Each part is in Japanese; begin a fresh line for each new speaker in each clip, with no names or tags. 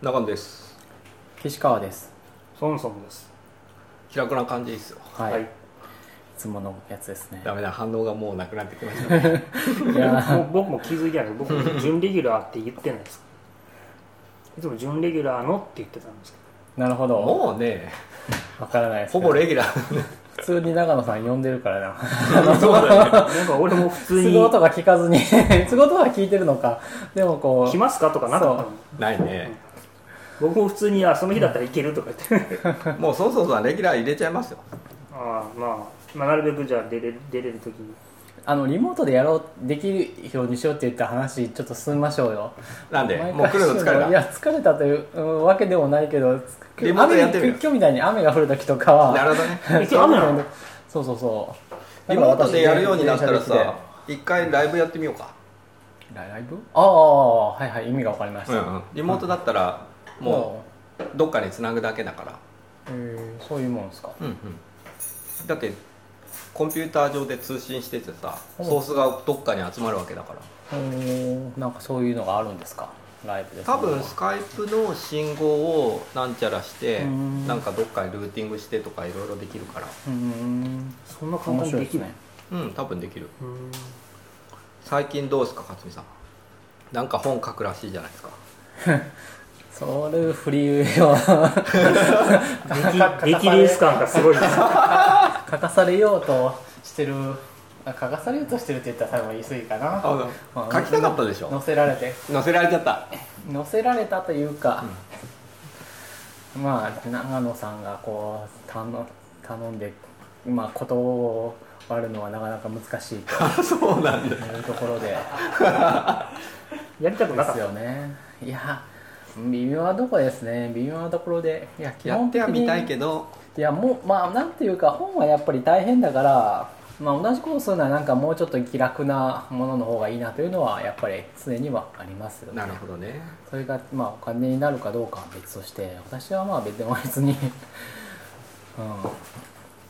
中野です
岸川です
そもそもです。
気楽な感じですよ
はい、い、つものやつですね
ダメだ反応がもうなくなってきましたね
いや
もう 僕も気づいてないです僕も準レギュラーって言ってないです。いつも準レギュラーのって言ってたんですけ
なるほど
もうね
わからないですけ
ほ
ど
ぼレギュラー
普通に長野さん呼んでるからな
ど、なんか俺も普通
都
に
合とか聞かずに都合とか聞いてるのかでもこ
来
う
ますかとかなかったのに
ないね
僕も普通にあその日だったらいけるとか言って、
もうそろそろさレギュラー入れちゃいますよ
ああまあ、まあ、なるべくじゃあ出れる出れる時に
あのリモートでやろうできるようにしようって言った話ちょっと進みましょうよ
なんで
毎回
もう来るの疲れ
い
た
や疲れたといううんわけでもないけど
リモートやってみ
雨
る
に今日みたいに雨が降る時とか
な
は
るほどね
え今日雨なの
そうそうそう
リモートでやるようになったら
電車で
さ一回ライブやってみようか、
ラライブああはいはい意味が分かりまし
う
た、
んうん、リモートだったらもうどっかに繋ぐだけだから
う、えーそういうもんですか
うんうんだってコンピューター上で通信しててさ
うん
ソースがどっかに集まるわけだから
おーなんかそういうのがあるんですかライブで
多分スカイプの信号をなんちゃらして
うん
なんかどっかにルーティングしてとかいろいろできるから
うーん
そんな簡
面
単
白い
にで
です
きない
ね
うん多分できる
うーん
最近どうですか勝美さんなんか本書くらしいじゃないですか
それフリー を
激激レース感がすごいです
書かされようとしてるあ書かされようとしてるって言ったら多分言い過ぎかなまあ
書きたかったでし
載
ょ
せられて
載せられちゃった
載せられたというか、まあ長野さんがこう頼頼んでまあことを割るのはなかなか難しいと
あ そうなんだ
いうところで
やりたくな
で
かっ
すよねいや微妙なとこですね微妙なところでいや基
やっ
本
て
的
は
に
みたいけど
いやもうまあなんていうか本はやっぱり大変だから、まあ、同じことするのはなんかもうちょっと気楽なものの方がいいなというのはやっぱり常にはありますよね
なるほどね
それがまあお金になるかどうかは別として私はまあ別でも別に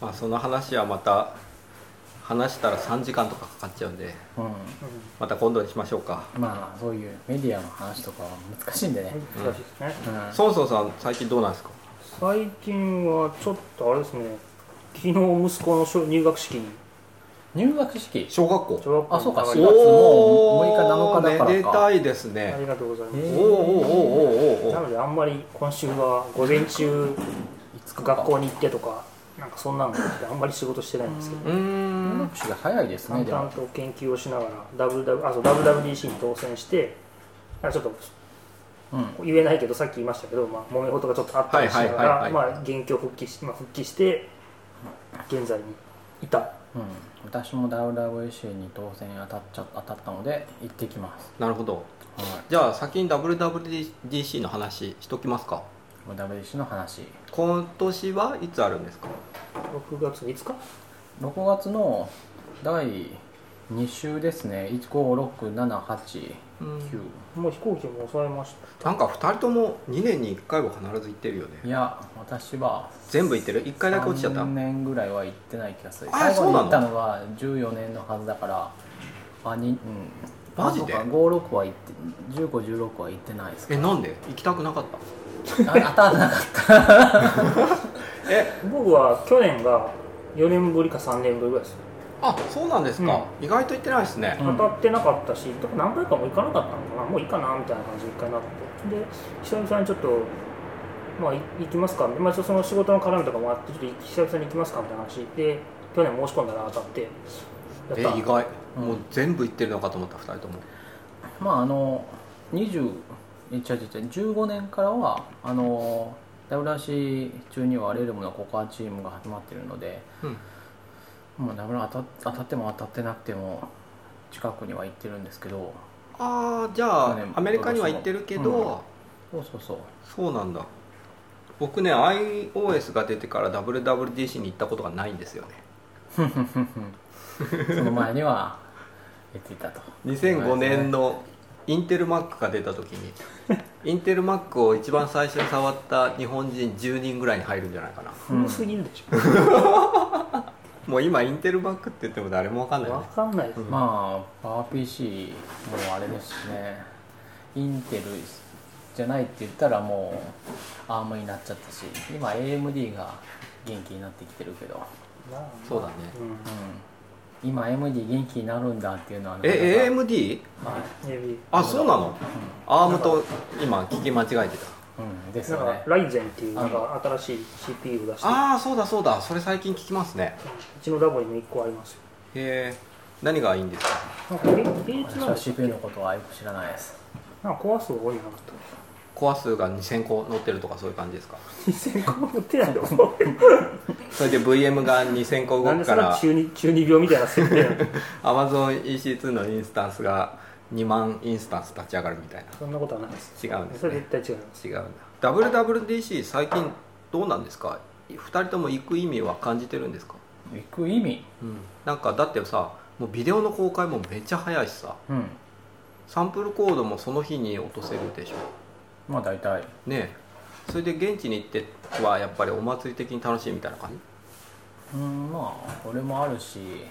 まあその話はまた話したら3時間とかかかっちゃうんで
うんうん
た、
また今度にしましょうか
まあそういうメディアの話とかは難しいんでね
う、ん、難しいですね、
うん、
ソンソンさん最近どうなんですか
最近はちょっとあれですね昨日息子の小入学式に
入学式
小学校
小学校
あそうか
に
4月もう
おー
6日7日だからか
めでたいです
あ
ね
りがとうございます
え
おーおーおーおーおー
なのであんまり今週は午前中学校に行ってとかなんかそんなのってあんまり仕事してないんですけど
うー
入
ん
学式が早いですね
淡
でも
々と研究をしながら WW あそう WWDC に当選してあちょっと
うん
言えないけどさっき言いましたけど、まあ、揉め事がちょっとあったりしなが
は
ら
いはいはい
ま
はい
あ現況復帰し、まあ、復帰して現在にいた
うん、私も WWC に当選当たっちゃ当たったので行ってきます、
なるほど
は
じゃあ先に WWDC の話しときますか
い、WWC の話
今年はいつあるんですか
6月5日
6月の第2週ですね15678
うん
もう飛行機も抑えました
なんか2人とも2年に1回は必ず行ってるよ
い
ね
や私は
全部行ってる1回だけ落ちちゃった
3年ぐらいは行ってない気がする
あ
最後
そう
に
なの
行ったのは14年のはずだからあにうん
マジで
あそうか56は行って1516は行ってないですか
えなんで行きたくなかった
あ当たらなかっ
え
僕は去年が4年ぶりか3年ぶりぐらいです
あそうなんですか、意外と行ってないですね
う、ん
当たってなかったし、とか何回かも行かなかったのかなもういいかなみたいな感じで一回なってで久々にちょっとまあい行きますかまあ、ちょっとその仕事の絡みとかもあってちょっと久々に行きますかみたいな話で去年申し込んだら当たってやった
え意外、
うん
もう全部行ってるのかと思った2人とも
たまああの20え違う違う違う15年からはあの WRC 中にはレルムのココアチームが始まっているので
うん
もうダブル当た当たっても当たってなくても近くには行ってるんですけど
ああじゃあ、
去年
アメリカには行ってるけど、
うんそうそうそう
そうなんだ僕ね iOS が出てから WWDC に行ったことがないんですよね
その前には 言っていたと
2005年のインテルマックが出た時にインテルマックを一番最初に触った日本人10人ぐらいに入るんじゃないかな
古すぎるでしょ、
もう今インテルマックって言っても誰もわかんないよ
わ
ね
かんないです、
うん
まあパワー PC もあれですしねインテルじゃないって言ったらもうアームになっちゃったし今 AMD が元気になってきてるけど、
そうだね
うん、今 AMD 元気になるんだっていうのはなかなか
え AMD?
はい
うん、AV
あそうなのアームと今聞き間違えてた
うん、です
なん
よ
か
ね
ライゼンっていうなんか新しい CPU を出してう
ああそうだそうだそれ最近聞きますね
ちのラボにも1個ありますよ
へえ何がいいんですか
なんかえ
私
H なん
は
だっけ
CPU のことはよく知らないです
なんか壊す方が多い なか った
コア数が2000個載ってるとかそういう感じですか
2000個も持ってないと思う
それで VM が2000個
な
動く
んで
か
そんな
ら
中二中二病みたいな設定なの
AmazonEC2 のインスタンスが2万インスタンス立ち上がるみたいな
そんなことはないです
違うんです
それ
ね
絶対違います
違うんだ WWDC 最近どうなんですか2人とも行く意味は感じてるんですか、
行く意味
うん、なんかだってさもうビデオの公開もめっちゃ早いしさ
うん
サンプルコードもその日に落とせるでしょ
まあ大体
ねえそれで現地に行ってはやっぱりお祭り的に楽しいみたいな感じ
うんまあこれもあるし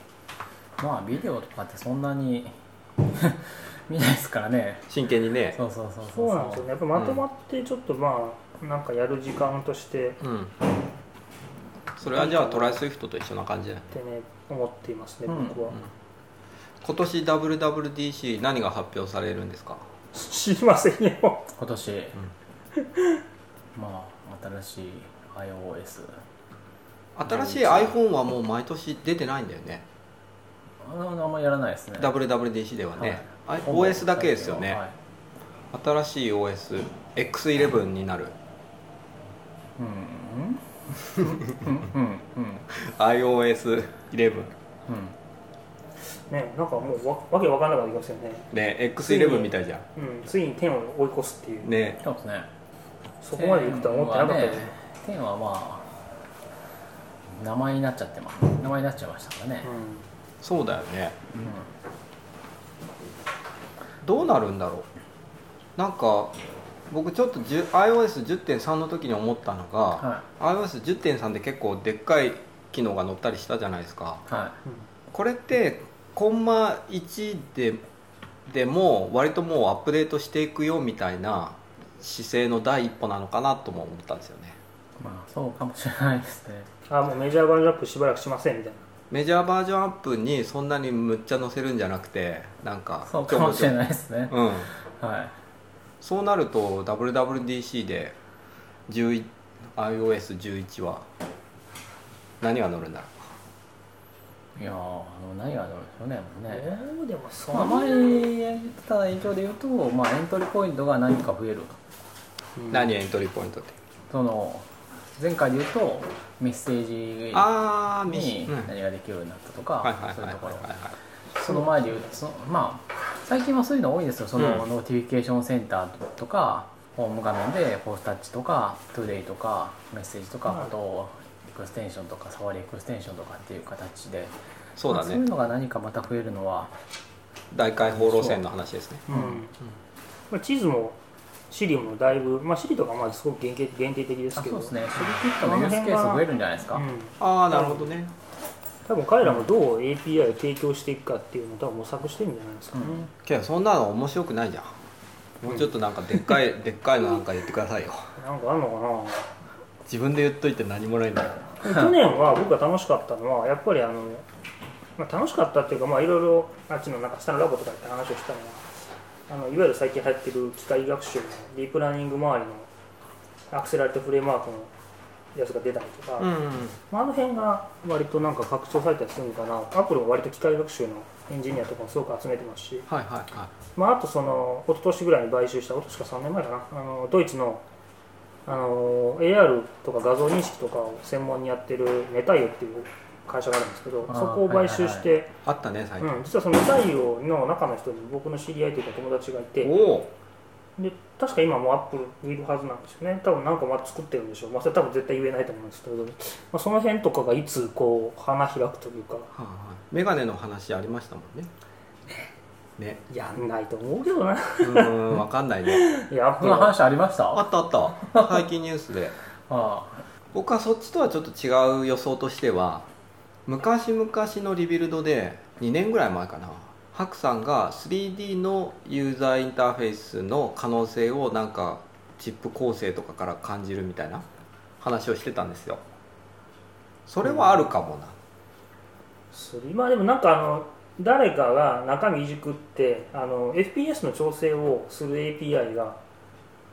まあビデオとかってそんなに 見ないですからね
真剣にね
そうそうそう
そ
そうう
なんですよねやっぱまとまってちょっとまあなんかやる時間としてっ
うんそれはじゃあトライスイフトと一緒な感じだよ
てね思っていますね
うん
僕は、
今年 WWDC 何が発表されるんですか
知りませんよ
今年、まあ新しい iOS
新しい iPhone はもう毎年出てないんだよね
あのあんまやらないですね
WWDC ではね、
はい
あ OS だけですよね、
はい
新しい OSX11 になる
うんうんうんうん
iOS11
う
ねなんかもうわわけわかんなくなりますよね
ね X11 みたいじゃん
うんついに天を追い越すっていう、
ね
んそうですね
そこまでいくとは思ってなかったですね
天はまあ名前になっちゃってます名前になっちゃいましたからね、
そうだよね
うん
どうなるんだろうなんか僕ちょっと10 iOS10.3 の時に思ったのが、
は
iOS10.3 で結構でっかい機能が載ったりしたじゃないですか
いは
これってコンマ1ででも割ともうアップデートしていくよみたいな姿勢の第一歩なのかなとも思ったんですよね
いまあそうかもしれないですね
うん、あもうメジャーバージョンアップしばらくしませんみたい
メジャーバージョンアップにそんなにむっちゃ載せるんじゃなくてなんか
そうかもしれ
い、
ないですね、
うん、
はい
そうなると WWDC で11 iOS11 は何が乗るんだろ
いやーあの何があるんでしょうねもう
な、
ね、
おーでもそん
ま
な
あ、前言ってた影響で言うと、まあ、エントリーポイントが何か増える
う、何エントリーポイントって
その前回で言うとメッセージ
ああミシ
に
うん、はい
何ができるようになったとか、
はいはい
そう
はいはい
いうところ
はい
その前で言うとそのまあ最近はそういうの多いですよその、
うん
ノーティフィケーションセンターとかホーム画面でフォースタッチとかトゥデイとかメッセージとか、
うん
あとエクステンションとか触りエクステンションとかっていう形で
そうだ
まあそういう
ね
のが何かまた増えるのは
大開放路線の話ですね
うんまあ、地図もシリもだいぶ、まあ、シリとかまあすごく限定限定的で
あ
すけ
そう
ど
ですねシリキットのユースケース増えるんじゃないですか、
うん、
ああなるほどね
多分彼らもどう API を提供していくかっていうのを多分模索してるんじゃないですかね、
うん
けどそんなの面白くないじゃんもうちょっとなんかでっかい、でっかいのなんか言ってくださいよ
なんかあるの
自分で言っといて何もないんだよ
かな去年は僕が楽しかったのはや っぱりあの、まあ、楽しかったっていうかまあいろいろあっちのなんか下のラボとかって話をしたのはあのいわゆる最近流行ってる機械学習のディープラーニング周りのアクセラレートフレームワークのやつが出たりとか、
うん
まあ、あの辺が割となんか拡張されたりするのかなアップルも割と機械学習のエンジニアとかもすごく集めてますし
はいはいは
まあ、あとその一昨年ぐらいに買収した一昨年か3年前かなあのドイツのあの AR とか画像認識とかを専門にやってるネタイオっていう会社があるんですけど
あ
そ
ー
こを買収して、
いあったね最近、
うん、実はそのネタイオの中の人に僕の知り合いというか友達がいて
おお
で確か今もうアップルにいるはずなんですよね多分なんかまあ作ってるんでしょう、まあ、それ多分絶対言えないと思うんですけど、まあ、その辺とかがいつこう花開くというか
はいはい、メガネの話ありましたもんね。ね。
やんないと思うけどな いう
ーん、わかんないね。
やアッ
そん
プ
な
ルは
話ありました
あ
あ
ったあった。最近ニュースで。
あ
僕はそっちとはちょっと違う予想としては、昔々のリビルドで、2年ぐらい前かな、ハクさんが 3D のユーザーインターフェースの可能性をなんかチップ構成とかから感じるみたいな話をしてたんですよそれはあるかもな、
するまあでもなんかあの誰かが中身いじくってあの FPS の調整をする API が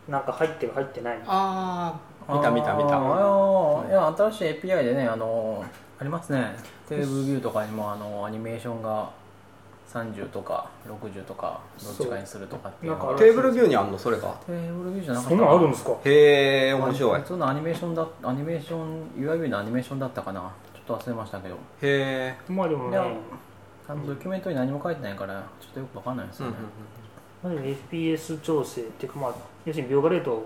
なんか入ってる入ってない
ああ見た見た見
あ
た
ーいや新しい API でねあのありますねテーブルビューとかにもあのアニメーションが30とか60とかどっちかにするとかっていうの
そう
が
なんか
テーブルビューにあんのそれが
テーブルビューじゃなかっ
そ
た
ん
か
なんあるん
な
ですか
へえ面白い
普通のアニメーションだアニメーション UIB のアニメーションだったかなちょっと忘れましたけど
へえ
まあでも
い
ね
やあのドキュメントに何も書いてないからちょっとよくわかんないです
うん
よ
うん
ね、
まあでも FPS 調整っていうかまあ要するに描画レート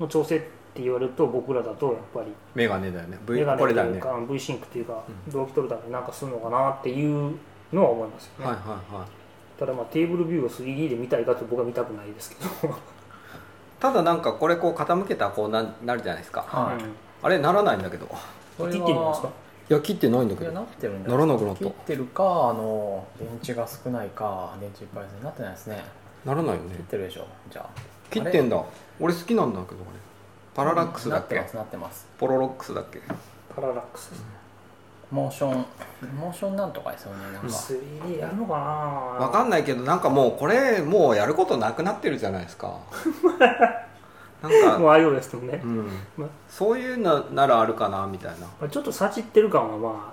の調整って言われると僕らだとやっぱり
メガネだよね、v、
メガネ
ことれだよ
い
ね
うか V シンクっていうか動機取るためになんかするのかなっていうのは思いますよね、
はいはいはい
ただまあテーブルビューを 3D で見たいかと僕は見たくないですけど、
ただなんかこれこう傾けたらこうななるじゃないですか
はい、
うん
あれならないんだけど
それ
切ってみますか
はい
や切ってないんだ
い
け
や
ど
なってるんだ
ならなくなった
切ってるかあの電池が少ないか電池いっぱいですねなってないですね
ならないよ
切っ
ね
てるでしょじゃあ
切ってんだ俺好きなんだけどあれパララックスだっ
な
け
ってますなってます
ポロロックスだっけ
パララックスです
モーションモーションなんとかですよねなんか、
3D やるのかな
わかんないけどなんかもうこれもうやることなくなってるじゃないです かなん
も
か、
う iOS でもね
う、ん
ま
そういうのならあるかなみたいな
あ、ちょっとさちってる感はま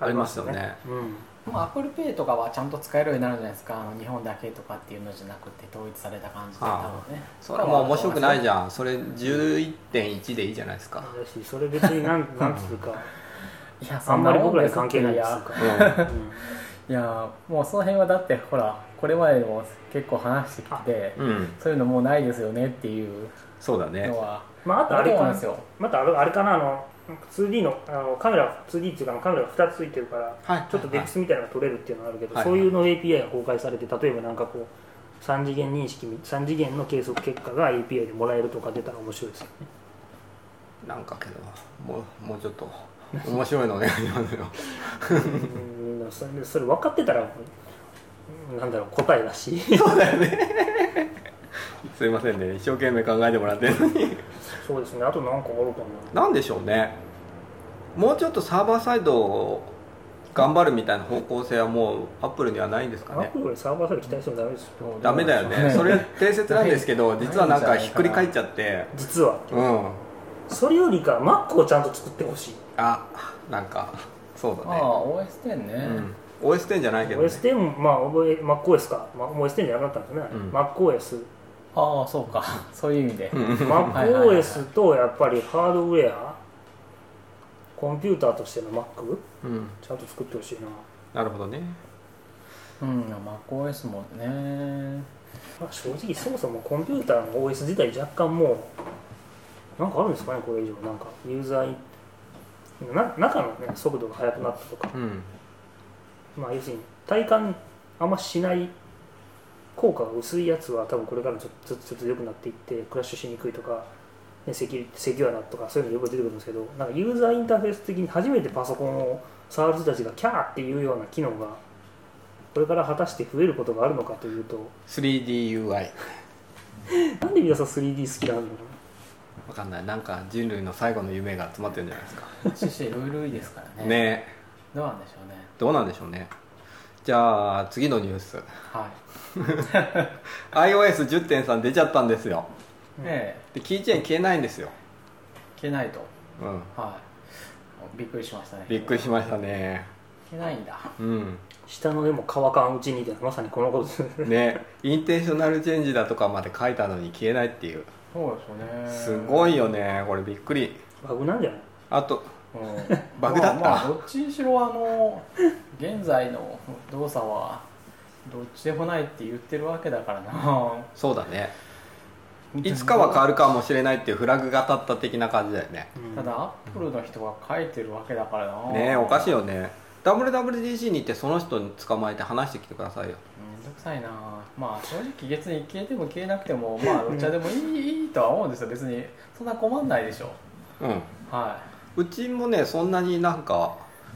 あ
ありますよね
うん
まあ、アップルペイとかはちゃんと使えるようになるじゃないですかあの日本だけとかっていうのじゃなくて統一された感じで多
あ
分ね
それもう面白くないじ
ゃん
ゃんそれ11.1でいいじゃないですか、
だしそれ別になんなんつう か
いやそ
あんまり僕らに
なも
関
んです
係
よ
ないっ
や
つうか、
うん
うん
いやもうその辺はだってほらこれまでも結構話してきて、
うん、
そういうのもうないですよねっていう
そうだね
のは
まああとあれ
そう
か
なん
な
ですよ
またあれあれかなあの 2D のあのカメラ 2D っていうかあのカメラが2つついてるから
はい
ちょっとデックスみたいなのが取れるっていうのがあるけど、
はい
そういうの API が公開されて例えばなんかこう3次元認識3次元の計測結果が API でもらえるとか出たら面白いですよね
なんかけどもうもうちょっと面白いのお願いしますよ
うんそれそれ分かってたらうんなんだろう答えだし
すいませんね一生懸命考えてもらってるのに
そうですねあと何かあるか
なんでしょうねもうちょっとサーバーサイドを頑張るみたいな方向性はもうアップルにはないんですか
なアッ
ね
プルよりサーバーサイド期待してもダメですよ
ダメだよねそれ定説なんですけど
ない
実はなんかひっくり返っちゃって
実は
うん
それよりか Mac をちゃんと作ってほしい
あなんかそうだ
あ
ね
あ OS10 ね、
うん OS10 じゃないけど、ね、
OS10 まあ MacOS かまあ OS10 じゃなくなったんですね、
うん
MacOS
ああそうかそういう意味で、
うん
はいはいはい
MacOS とやっぱりハードウェアコンピューターとしての Mac
うん
ちゃんと作ってほしいな、
なるほどね
うん、MacOS もね
まあ、正直そもそもコンピューターの OS 自体若干もうなんかあるんですかねこれ以上なんかユーザーにな中の、ね、速度が速くなったとか、
うん
まあ、要するに体感あんましない効果が薄いやつは多分これからちょっとずつちょっと良くなっていってクラッシュしにくいとか、ね、セキュリセキュアなとかそういうのよく出てくるんですけどなんかユーザーインターフェース的に初めてパソコンを触る人たちがキャーっていうような機能がこれから果たして増えることがあるのかというと
3DUI
なんで皆さん 3D 好きなんだろ
わかんないなんか人類の最後の夢が詰まってるんじゃないですか
趣旨いろいろいいですからね
ねえ
どうなんでしょうね
どうなんでしょうねじゃあ次のニュース
はい
iOS10.3 出ちゃったんですよ
うん
え
でキーチェーン消えないんですよ
え消えないと
うん
はいびっくりしましたね
びっくりしましたね
消えないんだ
うん
う下の絵も乾かんうちにでまさにこのことですね
ねインテンショナルチェンジだとかまで書いたのに消えないっていう
そうです
す
よね
ご
い、
いよねこれびっくり
バグなんじゃない
あと
うん、
バグだった
まあ、まあどっちにしろあの現在の動作はどっちでもないって言ってるわけだからな
そうだねいつかは変わるかもしれないっていうフラグが立った的な感じだよね
ただアップルの人が書いてるわけだからな
ねえおかしい
よ
よね WWDC に行ってその人に捕まえて話してきてくださいよ
めんどくさいなまあ正直別に消えても消えなくてもまあどっちでもいいいいとは思うんですよ別にそんな困んないでしょ
うん
は
うちもねそんなになんか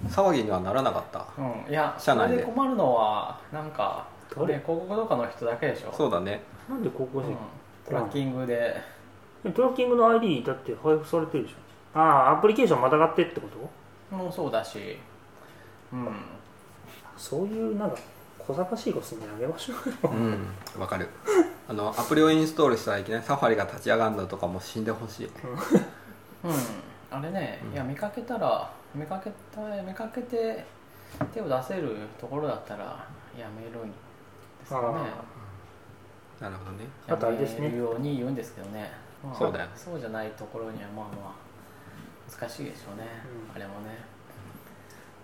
騒ぎにはならなかった
い、うん、いや
社
そ
内で
れで困るのはなんか、ね、
誰
広告とかの人だけでしょ
そうだね
なんで高校
う
生
ん、トラッキングで、
でトラッキングの ID だって配布されてるでしょああアプリケーションまたがってってこと
もうそうだしうん
そういうなんか小賢しいことするのやめましょう
うんわかる あのアプリをインストールしたらいきなりサファリが立ち上がるのとかも死んでほしい
うんあれね、いや見かけたら見かけた見かけて手を出せるところだったらやめるんですよね
あ
なるほどね
あとあれですね
やめるように言うんですけどね、まあ
そうだよね
そうじゃないところにはまあまあ難しいでしょうね、
うん
あれもね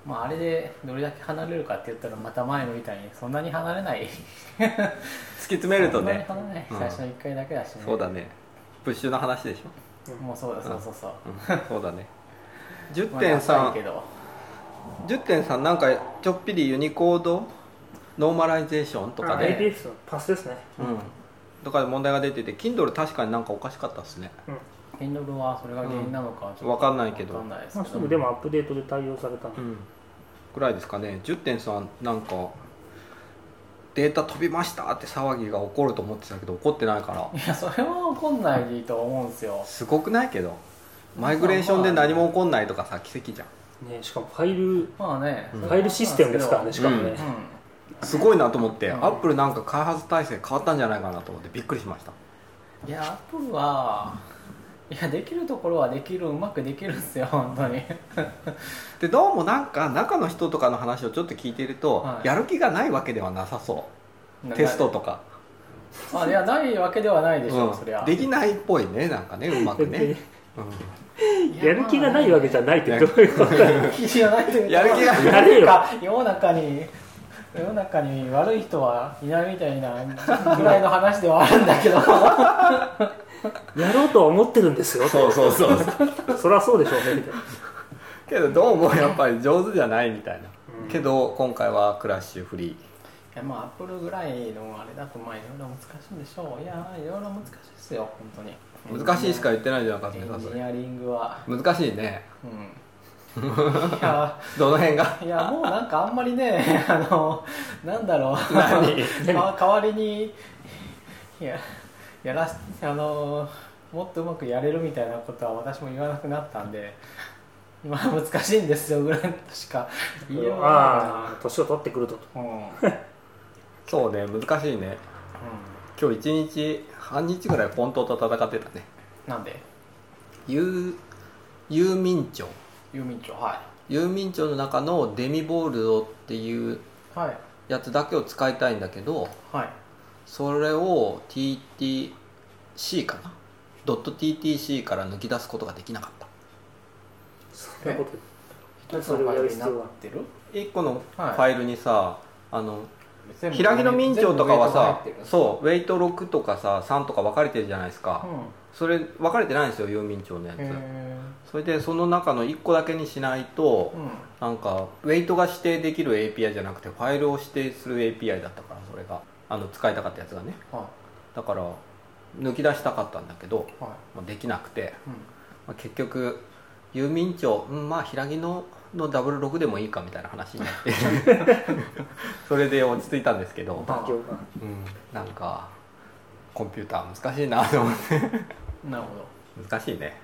まああれでどれだけ離れるかって言ったらまた前のみたいにそんなに離れな
突
い
き詰めると
そんなに
ね
離れない、
うん
最初の1回だけだしね
そうだねプッシュの話でし ょ、
もうそうだそうそうそう、
うん、そうだね
まあダサいけ
10.310.3
ど
なんかちょっぴりユニコードノーマライゼーションとか
ね
で、
あ APX のパスですね
うんとかで問題が出てて Kindle 確かになんかおかしかったっすね
Kindle はそれが原因なのかちょっと
わかんないけど
わかんないです
まあ
け
す
ど、
ぐでもアップデートで対応されたの
うんぐらいですかね10.3なんかデータ飛びましたって騒ぎが起こると思ってたけど起こってないから
いやそれは怒んないでいいと思うんですよ
すごくないけどマイグレーションで何も起こんないとかさ奇跡じゃん
ねしかもファイル
まあね、
うん
ファイルシステムですからねしかもね、
うん
うん
すごいなと思って、
うん
アップルなんか開発体制変わったんじゃないかなと思ってびっくりしました
いやアップルはいやできるところはできるうまくできるんですよ本当に
でどうもなんか中の人とかの話をちょっと聞いてると、
はい
やる気がないわけではなさそう テストとか、
あいやないわけではないでしょ、
うん
そりゃ
できないっぽいねなんかねうまくね、うん
い
やる気がないわけじゃないって
いや
どういうことだよ
ゃ気がないというか
やる気が
やれよ
なんか世の中に世の中に悪い人はいないみたいなぐらいの話ではあるんだけ ど
やろうとは思ってるんですよ
そうそうそう
そりゃそうでしょうねみたいな
けどどうもやっぱり上手じゃないみたいな、
うん
けど今回はクラッシュフリ
いやまあアップルぐらいのあれだとまあいろいろ難しいんでしょういやいろいろ難しいですよ本当
ー
に
難しいしか
エ
言ってないじゃなかったね
ンジ
そ
ニ
れ
アリングは
難しいね
うん いや
どの辺が
いやもうなんかあんまりね あのなんだろう
何
か代わりにいややらしあのもっとうまくやれるみたいなことは私も言わなくなったんで今 難しいんですよぐらいとしか言いようが
ああ年を取ってくると
ないなうん、うん
そうね難しいね今日一日半日ぐらいポントと戦ってたね
なんで
郵郵民庁
郵便庁は
郵民庁の中のデミボールドっていう
いはい
やつだけを使いたいんだけど
はい
それを TTC かな .ttc から抜き出すことができなかった
そんなこと
一つのファイルになってる
1個のフ
はい
ァイルにさ、あの
全部
開きの民調とかはさ
全部上とか入って
そうウェイト6とかさ3とか分かれてるじゃないですか、
る
それ分かれてないんですよ郵民庁のや
うんへ
つそれでその中の1個だけにしないと
ー、うん
なんかウェイトが指定できる API じゃなくてファイルを指定する API だったからそれがあの使いたかったやつがね
は
だから抜き出したかったんだけど、
いは
まあできなくて、
い、うん
まあ結局郵便庁、うん、まあ平木ののダブル6でもいいかみたいな話にな ってそれで落ち着いたんですけど、
妥
う
協が
ん、なんかコンピューター難しいなと思って
なるほど
難しいね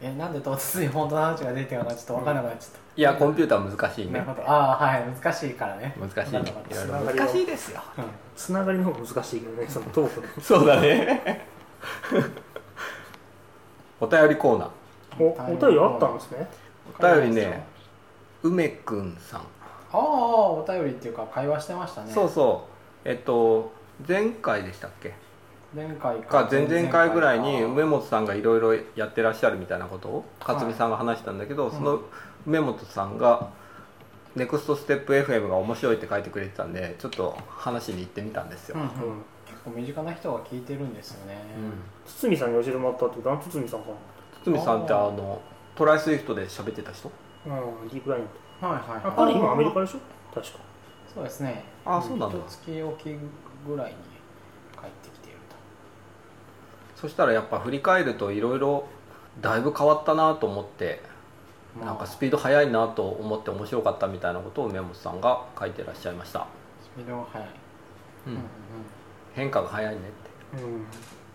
えなんで突然本当の話が出てるのかちょっと分からなくなっちゃっ
いやコンピューター難しいね
た、なるほどああはい難しいからね
難しい
わ
ね
かんなかった
いろいろ
わかりま
難
す
しいですよ
うん
つながりの方が難しいけどねそのトークの
そうだね お便りコーナ
おお便りあったんですね
ーお便りね梅くんさん
ああお便りっていうか会話してましたね
そうそうえっと前回でしたっけ
前回
か前々回ぐらいに
前々
梅
か
本さんがいろいろやってらっしゃるみたいなことを勝美さんが話したんだけど、
い
その梅本さんが「ネクストステップ FM が面白い」って書いてくれてたんでちょっと話に行ってみたんですよ、
うんうん、結構身近な人が聞いてるんですよね、
うん
堤さんに教えてもらったってことは堤さんか
堤さんってあ
あー
のトライスイフトで喋ってた人
なうんディープライン
はいはい
あ
はい
彼今アメリカでしょ確か
そうですね
ああそうなんだ
一月おきぐらいに帰ってきていると
そしたらやっぱ振り返るといろいろだいぶ変わったなと思って
まあ
なんかスピード速いなと思って面白かったみたいなことを梅本さんが書いてらっしゃいました、
スピードが速い、
う
うんんうん
変化が早いねって
うん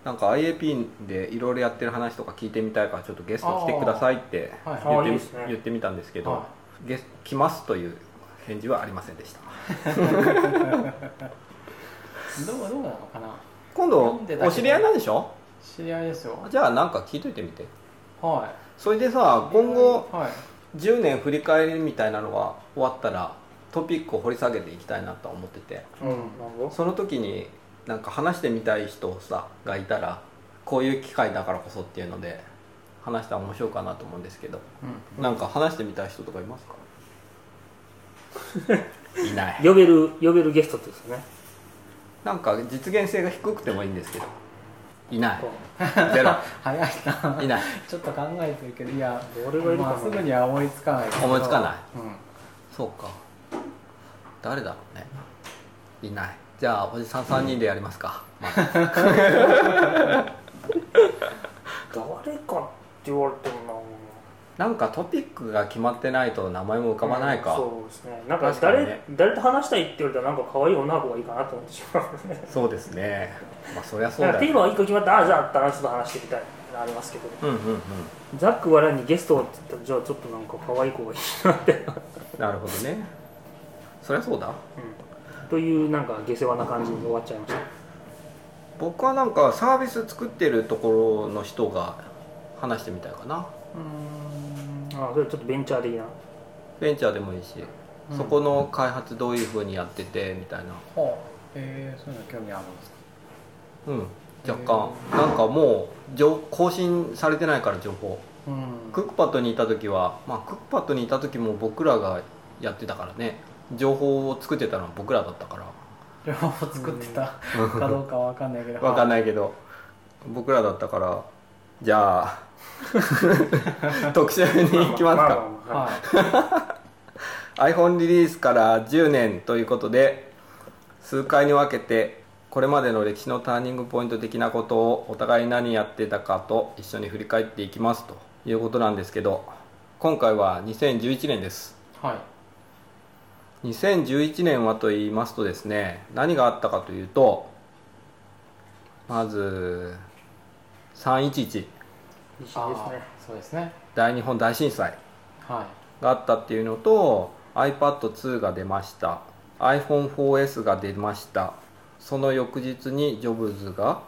なんか IAP でいろいろやってる話とか聞いてみたいからちょっとゲスト来てくださいって
あーは
言って
い
あーいい
み
ですね
言ってみたんですけど、
は
ゲス来ますという返事はありませんでした
どうどうなのかな
今
な
度
んでだけど
お知り合いなんでしょ
知り合いですよ
じゃあなんか聞いといてみて
は
それでさ今後
いはい
10年振り返りみたいなのが終わったらトピックを掘り下げていきたいなとは思ってて
うん
なんか
その時になんか話してみたい人さがいたらこういう機会だからこそっていうので話したら面白いかなと思うんですけどなんか話してみたい人とかいますかいない
呼べる呼べるゲストですよね
なんか実現性が低くてもいいんですけどいな
こ
いゼロ
早いな
いない
ちょっと考えてるけどいや
う俺がいるか
まあ、
な
すぐには思いつかないけど
思いつかない
うん
そうか誰だろうねいないじゃあおじさん3人でやりますか、まあ
誰かって言われても
なんかトピックが決まってないと名前も浮
な
かばないか、
うんそうですねなんか
確か
誰
にね
誰と話したいって言われたらなんか可愛い女の子がいいかなと思ってしまうね
そうですねまあそりゃそう
なんか
だ
テー
よ、
マ
ね、
は一個決まったああじゃああの人と話してみたいなありますけど
うんうんうん
ザック笑いにゲストをって言ったらじゃあちょっとなんか可愛い子がいいなって、
なるほどねそりゃそうだ
というなんか下世話な感じに終わっちゃいました
僕はなんかサービス作ってるところの人が話してみたいかな
あそれちょっとベンチャー的な
ベンチャーでもいいし、
うん
そこの開発どういうふうにやっててみたいな
ほうえー、そういうの興味あるんですか
うん若干なんかもう情更新されてないから情報
うん
クックパッドにいた時はまあクックパッドにいた時も僕らがやってたからね情報を作ってたのは僕らだったから
両方作ってたかどうかわかんないけ ど
わかん
い
ないけど僕らだったからじゃあ 特集に行きます
ああ
か
あ
は
はい
い
iPhone リリースから10年ということで数回に分けてこれまでの歴史のターニングポイント的なことをお互い何やってたかと一緒に振り返っていきますということなんですけど今回は2011年です
はい
2011年はと言いますとですね何があったかというとまず311
いいですね
あーそうですね
大日本大震災
は
があったっていうのと iPad2 が出ました iPhone4S が出ましたその翌日にジョブズが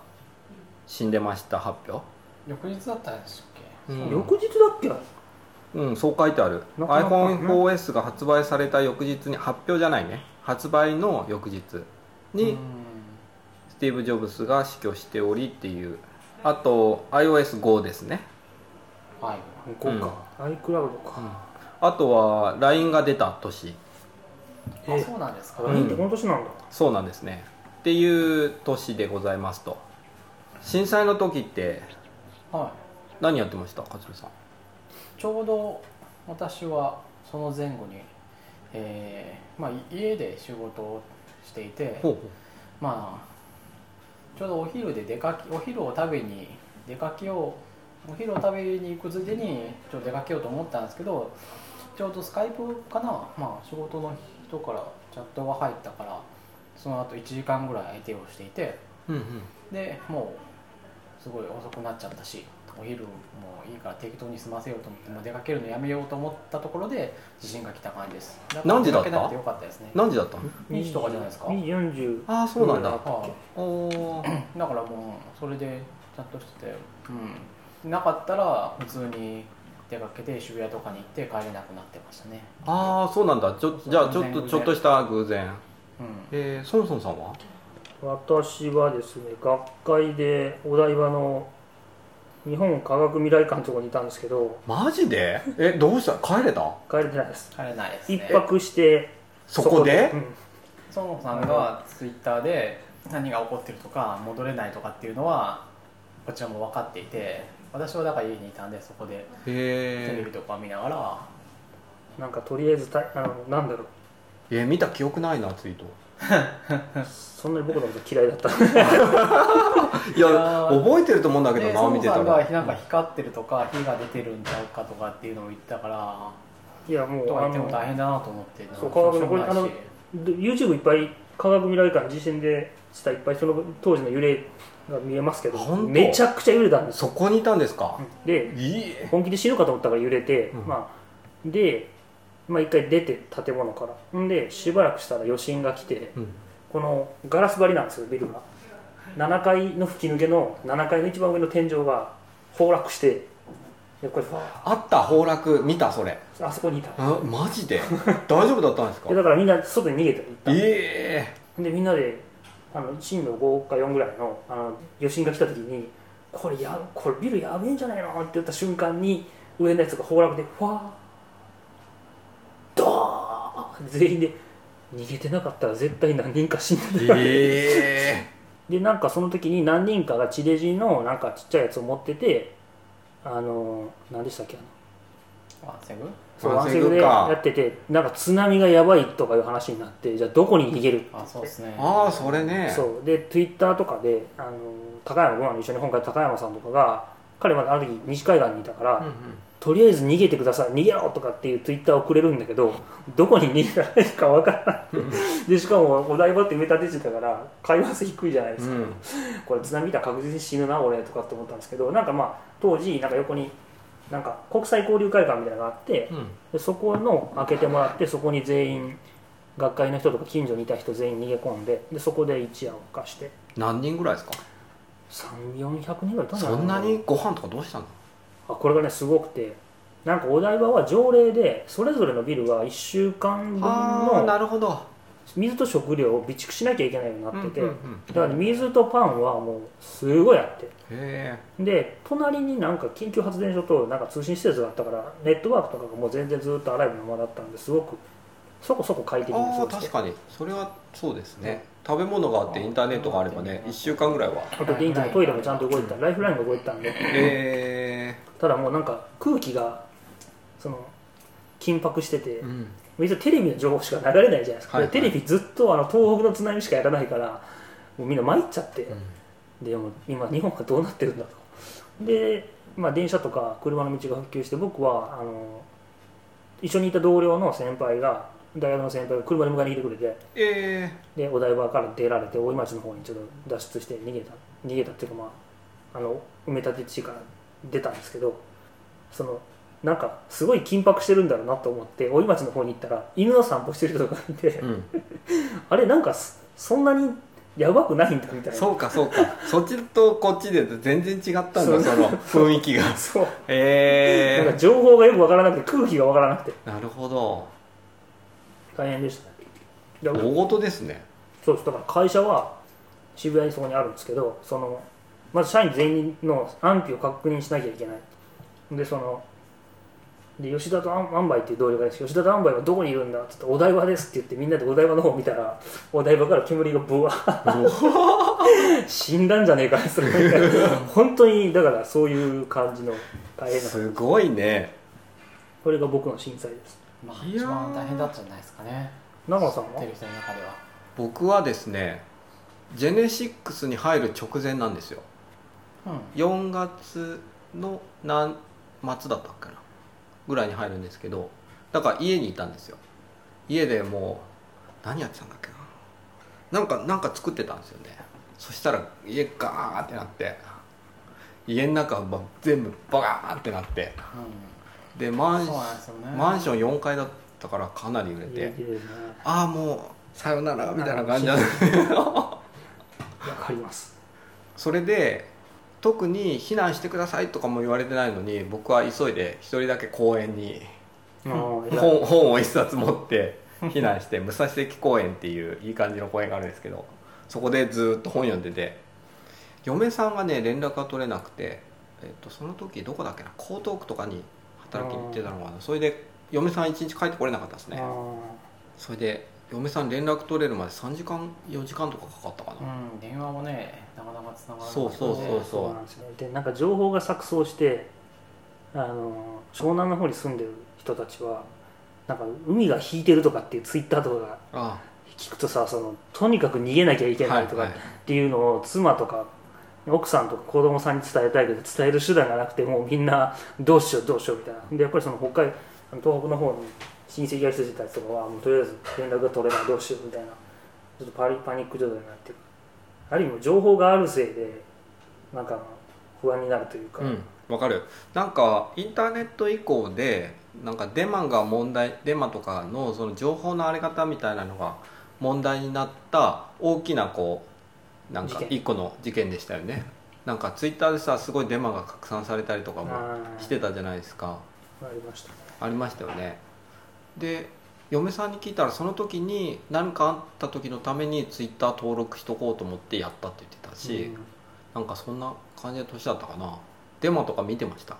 死んでました発表
い翌日だったんでしたっけ
うん
翌日だっけ
うんそう書いてある
なかなか
iPhone4S が発売された翌日に発表じゃないね発売の翌日に、
うん
スティーブ・ジョブズが死去しておりっていうあと iOS5 ですね、
はい
こうか、iCloud か、
あとは LINE が出た年
あ
え
そうなんですか、
うん
あいいってこの年なんだ、
そうなんですねっていう年でございますと震災の時って
は
何やってました勝部さん
いちょうど私はその前後に、えーまあ、い家で仕事をしていて
ほう
まあちょうどお昼で出かけお昼を食べに出かけようお昼を食べに行くついでにちょっと出かけようと思ったんですけどちょうどスカイプかな、まあ、仕事の人からチャットが入ったからその後1時間ぐらい相手をしていて
うん
でもうすごい遅くなっちゃったしお昼もういいから適当に済ませようと思ってもう出かけるのやめようと思ったところで地震が来た感じですだから
何時だった
出かけなくてよかったですね
何時だったの
いい人がじゃないですか
2 40
ああそうなんだ
はい
おー
だからもうそれでちゃんとしてて、うん、なかったら普通に出かけて渋谷とかに行って帰れなくなってましたね、
ああそうなんだちょじゃあちょっとちょっとした偶然
うん、
えー、ソンソンさんは
私はですね学会でお台場の日本科学未来館のところにいたんですけど
マジでえどうした帰れた
帰れてないです
帰れないです
一
ね
泊して
そこで
孫さんがツイッターで何が起こってるとか戻れないとかっていうのはこちらも分かっていて私はだから家にいたんでそこでテレ
え
ビとか見ながら、
うんなんかとりあえずたあのなんだろう
ー、えー見た記憶ないなツイート
そんなに僕のこと嫌いだった
いや
いやー
覚えてると思うんだけど
で
な見
孫
て
さ
た
ん
ら
がなんか光ってるとか火が出てるんちゃうかとかっていうのを言ったから
いやもう
とか
あ
言っても大
の
変だなと思って
そう科学のこれ
しょうがないし
YouTube いっぱい科学未来館地震でしたいっぱいその当時の揺れが見えますけど
あ本当
めちゃくちゃ揺れたんですよ
そこにいたんですか、
で
いいえ
本気で死ぬかと思ったから揺れて、
うん
まあ、で、まあ、一回出て建物からんでしばらくしたら余震が来て
うん
このガラス張りなんですよビルが7階の吹き抜けの7階の一番上の天井が崩落してでこれファー
あった崩落見たそれ
あそこにいた
あマジで 大丈夫だったんですか
でだからみんな外に逃げて行っ
ええ
たでみんなであの震度5か4ぐらいのあの余震が来た時にこれやこれビルやべえんじゃないのって言った瞬間に上のやつが崩落でファードーン全員で逃げてなかったら絶対何人か死ん でた
え
でなんかその時に何人かが地デジのなんかちっちゃいやつを持っててあの何でしたっけあの
ワンセグ
そう
ワ
ワ
ン
ン
セ
セ
グ
グ
か
でやっててなんか津波がやばいとかいう話になってじゃあどこに逃げる
あそうですね
ああそれね
そうでツイッターとかであの高山ご飯の一緒に本会高山さんとかが彼はあの時西海岸にいたから、
うんうん
とりあえず逃げてください逃げろとかっていうツイッターをくれるんだけどどこに逃げたらいいか分からないでしかもお台場って埋め立て地だから海抜低いじゃないですか、
うん
これ津波見たら確実に死ぬな俺とかって思ったんですけどなんかまあ当時なんか横になんか国際交流会館みたいなのがあって
うん
でそこの開けてもらってそこに全員学会の人とか近所にいた人全員逃げ込んででそこで一夜を明かして
何人ぐらいですか
3400人ぐらいいたじゃ
そ
い
んなにご飯とかどうしたの
あこれがねすごくてなんかお台場は条例でそれぞれのビルが1週間分
ああ
の
なるほど
水と食料を備蓄しなきゃいけないようになってて、
うんうんうん
だから水とパンはもうすごいあって
へ
で隣になんか緊急発電所となんか通信施設があったからネットワークとかがもう全然ずっとアライブのままだったんですごくそこそこ快
え
適に過
ああ
ごして
確かにそれはそうですね食べ物があってインターネットがあればね1週間ぐらいは
あと電気もトイレもちゃんと動いてたライフラインが動いてたんで
へ
ただもうなんか空気がその緊迫してて
えうん
別にテレビの情報しか流れないじゃないですか、
はいはい
でテレビずっとあの東北の津波しかやらないからもうみんな参っちゃって、でも今日本はどうなってるんだとで、まあ、電車とか車の道が復旧して僕はあの一緒にいた同僚の先輩が大学の先輩が車で迎えに来てくれて
ええ
でお台場から出られて大井町の方にちょっと脱出して逃げた逃げたっていうかまああの埋め立て地から出たんですけどそのなんかすごい緊迫してるんだろうなと思って大井町の方に行ったら犬の散歩してる人とかいて
うん
あれなんかそそんなにやばくないんだみたいな
そうかそうかそっちとこっちで全然違ったんだその雰囲気が
そう
へ
なん
え
か情報がよくわからなくて空気がわからなくて
なるほど
大変でしたねで
大事ですね
そうですだから会社は渋谷にそこにあるんですけどそのまず社員全員の安否を確認しなきゃいけないでそので吉田とあん安倍っていう同僚がいます吉田と安倍はどこにいるんだって言ってお台場ですって言ってみんなでお台場の方を見たらお台場から煙がブワー死んだんじゃねえかそれみたいな本当にだからそういう感じの大変な
すごいね
これが僕の震災です
まあ
いやー
一番大変だったんじゃないですかね
長野さん
テ
は
レビ人の中では
僕はですねジェネシックスに入る直前なんですよ
うん
4月の何末だったっけなぐらいに入るんですけどだから家にいたんですよ家でもう何やってたんだっけななんかなんか作ってたんですよねそしたら家ガーってなって家の中ば全部バガーってなってでマン
そうなんですよね
マンション4階だったからかなり売れて
いやいやいや
ああもうさよならみたいな感じなんです
わかります
それで特に避難してくださいとかも言われてないのに僕は急いで一人だけ公園に
あー偉い
本本を一冊持って避難して武蔵関公園っていういい感じの公園があるんですけどそこでずーっと本読んでて嫁さんがね連絡が取れなくて、えっと、その時どこだっけな江東区とかに働きに行ってたのかなそれで嫁さん一日帰ってこれなかったですね
あ
それで嫁さん連絡取れるまで3時間4時間とかかかったかな、
うん、うん、電話もねなかなか繋がらない
そうそう
ー
そう
そうなんですよねでなんか情報が錯綜してあの湘南の方に住んでる人たちはなんか海が引いてるとかっていうツイッターとかが
あ
聞くとさそのとにかく逃げなきゃいけないとか
はい
っ
はい
ていうのを妻とか奥さんとか子供さんに伝えたいけど伝える手段がなくてもうみんなどうしようどうしようみたいなでやっぱりその北海あの東北の方に親戚が来てたりとかはもうとりあえず連絡が取れないどうしようみたいなちょっとパリパニック状態になってるある意味情報があるせいでなんか不安になるというか、
うん
わかるなんかインターネット以降でなんかデマが問題デマとかのその情報のあり方みたいなのが問題になった大きなこうなんか
事件
一個の事件でしたよねなんかツイッターでさすごいデマが拡散されたりとかも
あー
してたじゃないですか
ありました
ありましたよねで嫁さんに聞いたらその時に何かあった時のためにツイッター登録しとこうと思ってやったって言ってたし、
うん
なんかそんな感じの年だったかなデマとか見てました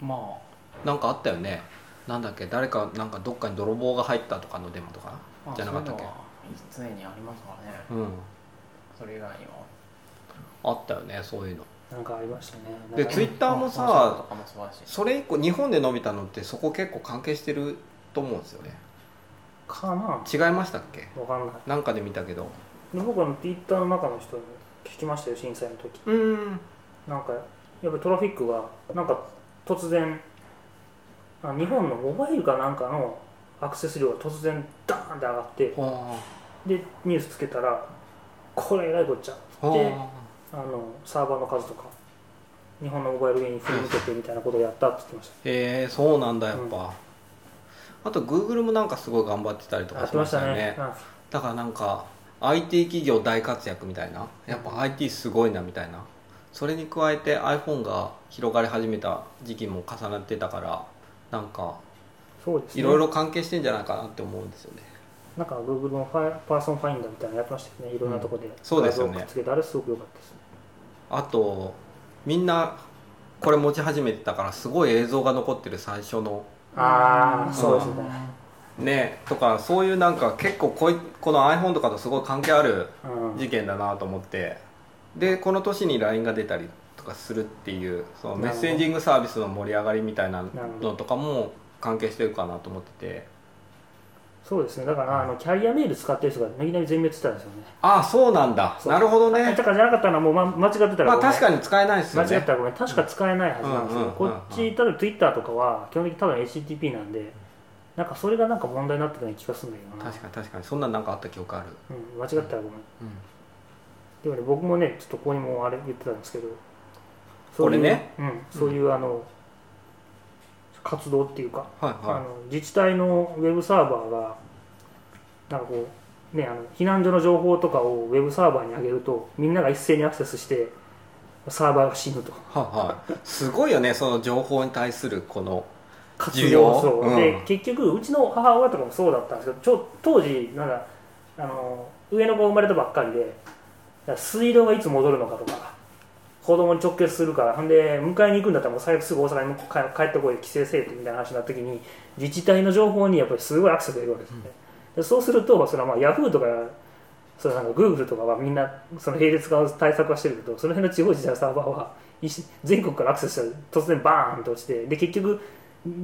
ま
なんかあったよねなんだっけ誰かなんかどっかに泥棒が入ったとかのデマとか
あまあ
じゃなかったっけ
そういうのは常にありますからね
うん
それ以外にも
あったよねそういうの
なんかありましたね
で
なんか
ツイッターもさ
まあコンサートとかもそうだし
それ以降日本で伸びたのってそこ結構関係してると思うんですよね
かな
違いましたっけ
わかんない
なんかで見たけど
で僕はツイッターの中の人に聞きましたよ震災の時
うん
なんかやっぱりトラフィックがなんか突然あ日本のモバイルかなんかのアクセス量が突然ダーンって上がって
は
でニュースつけたらこれえらいこっちゃ
あは
あのサーバーの数とか日本のモバイルゲームに振り向けてみたいなことをやったって言ってま
あ
し
へえそうなんだやっぱ、
う
あと Google もなんかすごい頑張ってたりと
た
か
やっ
してま
ま
し
したた
よね
ねうん
だからなんか IT 企業大活躍みたいなやっぱ IT すごいなみたいなそれに加えて iPhone が広がり始めた時期も重なってたからなんか
そうですね
いろいろ関係してんじゃないかなって思うんですよね
なんか Google のファイパーソンファインダーみたいなのやってましたよねいろんなとこで、
そうですよね
画像をくっつけてあれすごく良かったですね
あとみんなこれ持ち始めてたからすごい映像が残ってる最初の
ああ
ん
そうですね
ねとかそういうなんか結構こいこの iPhone とかとすごい関係ある
うん
事件だなと思ってでこの年に LINE が出たりとかするっていうそのメッセージングサービスの盛り上がりみたいなのとかも関係してるかなと思ってて
そうですねだからあのキャリアメール使ってる人がいきなり全滅してたんですよね
ああそうなんだ
そう
なるほど
だ
ね
からじゃなかったらもう、ま、間違ってたら
まあ
ごめん
確かに使えないですよ
間違っ
ね
たらごめん確か使えないはずなんですよ、
うんうんうんうんうん
こっち多分 Twitter とかは基本的に多分 HTTP なんでなんかそれがなんか問題になってたような気がするんだけどな
確かに確かにそんななんかあった記憶ある、
うん、間違ったらごめん
うん
でもね僕もねちょっとここにもあれ言ってたんですけど
これね、
そういううん、そういうあの活動っていうか、
はい
あ
は
の自治体のウェブサーバーがなんかこうねあの避難所の情報とかをウェブサーバーに上げるとみんなが一斉にアクセスしてサーバーが死ぬと
いはいはいすごいよねその情報に対するこの
活
需
動
要
をそう、
うん
で結局うちの母親とかもそうだったんですけどちょ当時なんかあの上の子が生まれたばっかりでだから水道がいつ戻るのかとか子供に直結するからほんで迎えに行くんだったらもう最悪すぐ大阪に帰帰ってこい帰省せえってみたいな話になった時に自治体の情報にやっぱりすごいアクセスがいるわけですね、でそうするとそれはまあヤフーとかそのなんか Google とかはみんなその並列化の対策はしてるけどその辺の地方自治体のサーバーはいし全国からアクセスしたら突然バーンと落ちてで結局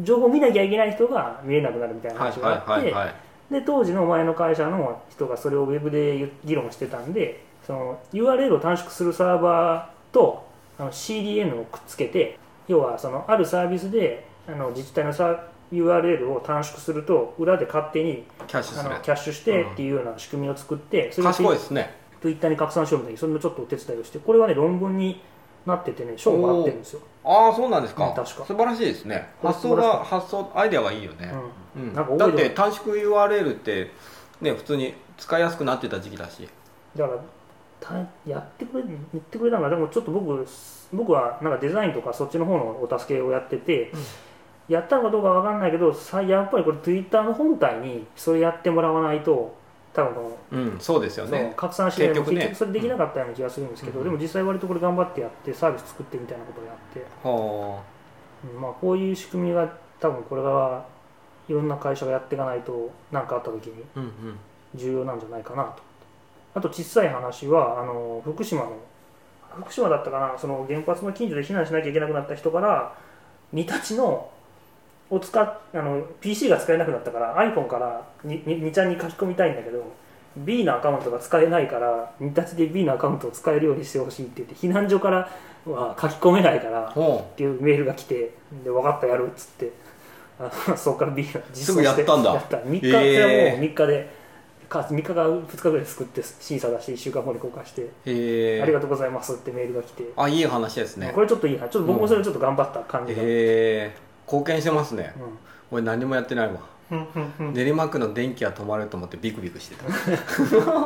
情報を見なきゃいけない人が見れなくなるみたいな
はい
話があって、
はいはいはい
で当時の前の会社の人がそれをウェブで議論してたんでその URL を短縮するサーバーとあの CDN をくっつけて要はそのあるサービスであの自治体のさ URL を短縮すると裏で勝手に
キャッシュ
あ
する
のキャッシュしてっていうような仕組みを作って、それを
賢いですね
ツイッターに拡散しようみたいなそれのちょっとお手伝いをしてこれはね論文になっててね賞もらってるんですよ、
ああそうなんですか,、
うん確か
素晴らしいですね
これ
発想が発想アイデアがいいよね、
う
うん
なんか多い
だ
よ
って短縮 URL ってね普通に使いやすくなってた時期だし
ん、だからたやってくれ言ってくれたのがでもちょっと僕僕はなんかデザインとかそっちの方のお助けをやってて、やったのかどうかわかんないけどさやっぱりこれツイッターの本体にそれやってもらわないと多分この
うんそうですよ
そう
ね
拡散してない
結局ね
結局それできなかったような気がするんですけど、
うん
でも実際割とこれ頑張ってやってサービス作ってみたいなことをやって
は
うんまあ、こういう仕組みが多分これがいろんな会社がやっていかないと何かあった時に
あうんうん
重要なんじゃないかなとあと小さい話はあの福島の福島だったかなその原発の近所で避難しなきゃいけなくなった人から煮立ちのを使っあの PC が使えなくなったから iPhone からにににちゃんに書き込みたいんだけど B のアカウントが使えないから煮立ちで B のアカウントを使えるようにしてほしいって言って避難所からは書き込めないから
ほ
っていうメールが来てで分かったやるっつってあのそこから B が
すぐやったんだ
やった3日、
えー
それはもう3日でか3日か2日ぐらい作って審査出して1週間後に公開して、
へえ
ありがとうございますってメールが来て、
あいい話ですね
これちょっといいなちょっと僕もそれちょっと頑張った感じが、
へえ貢献してますね
うん
俺何もやってないわ
うんうんうん
練馬区の電気が止まると思ってビクビクしてた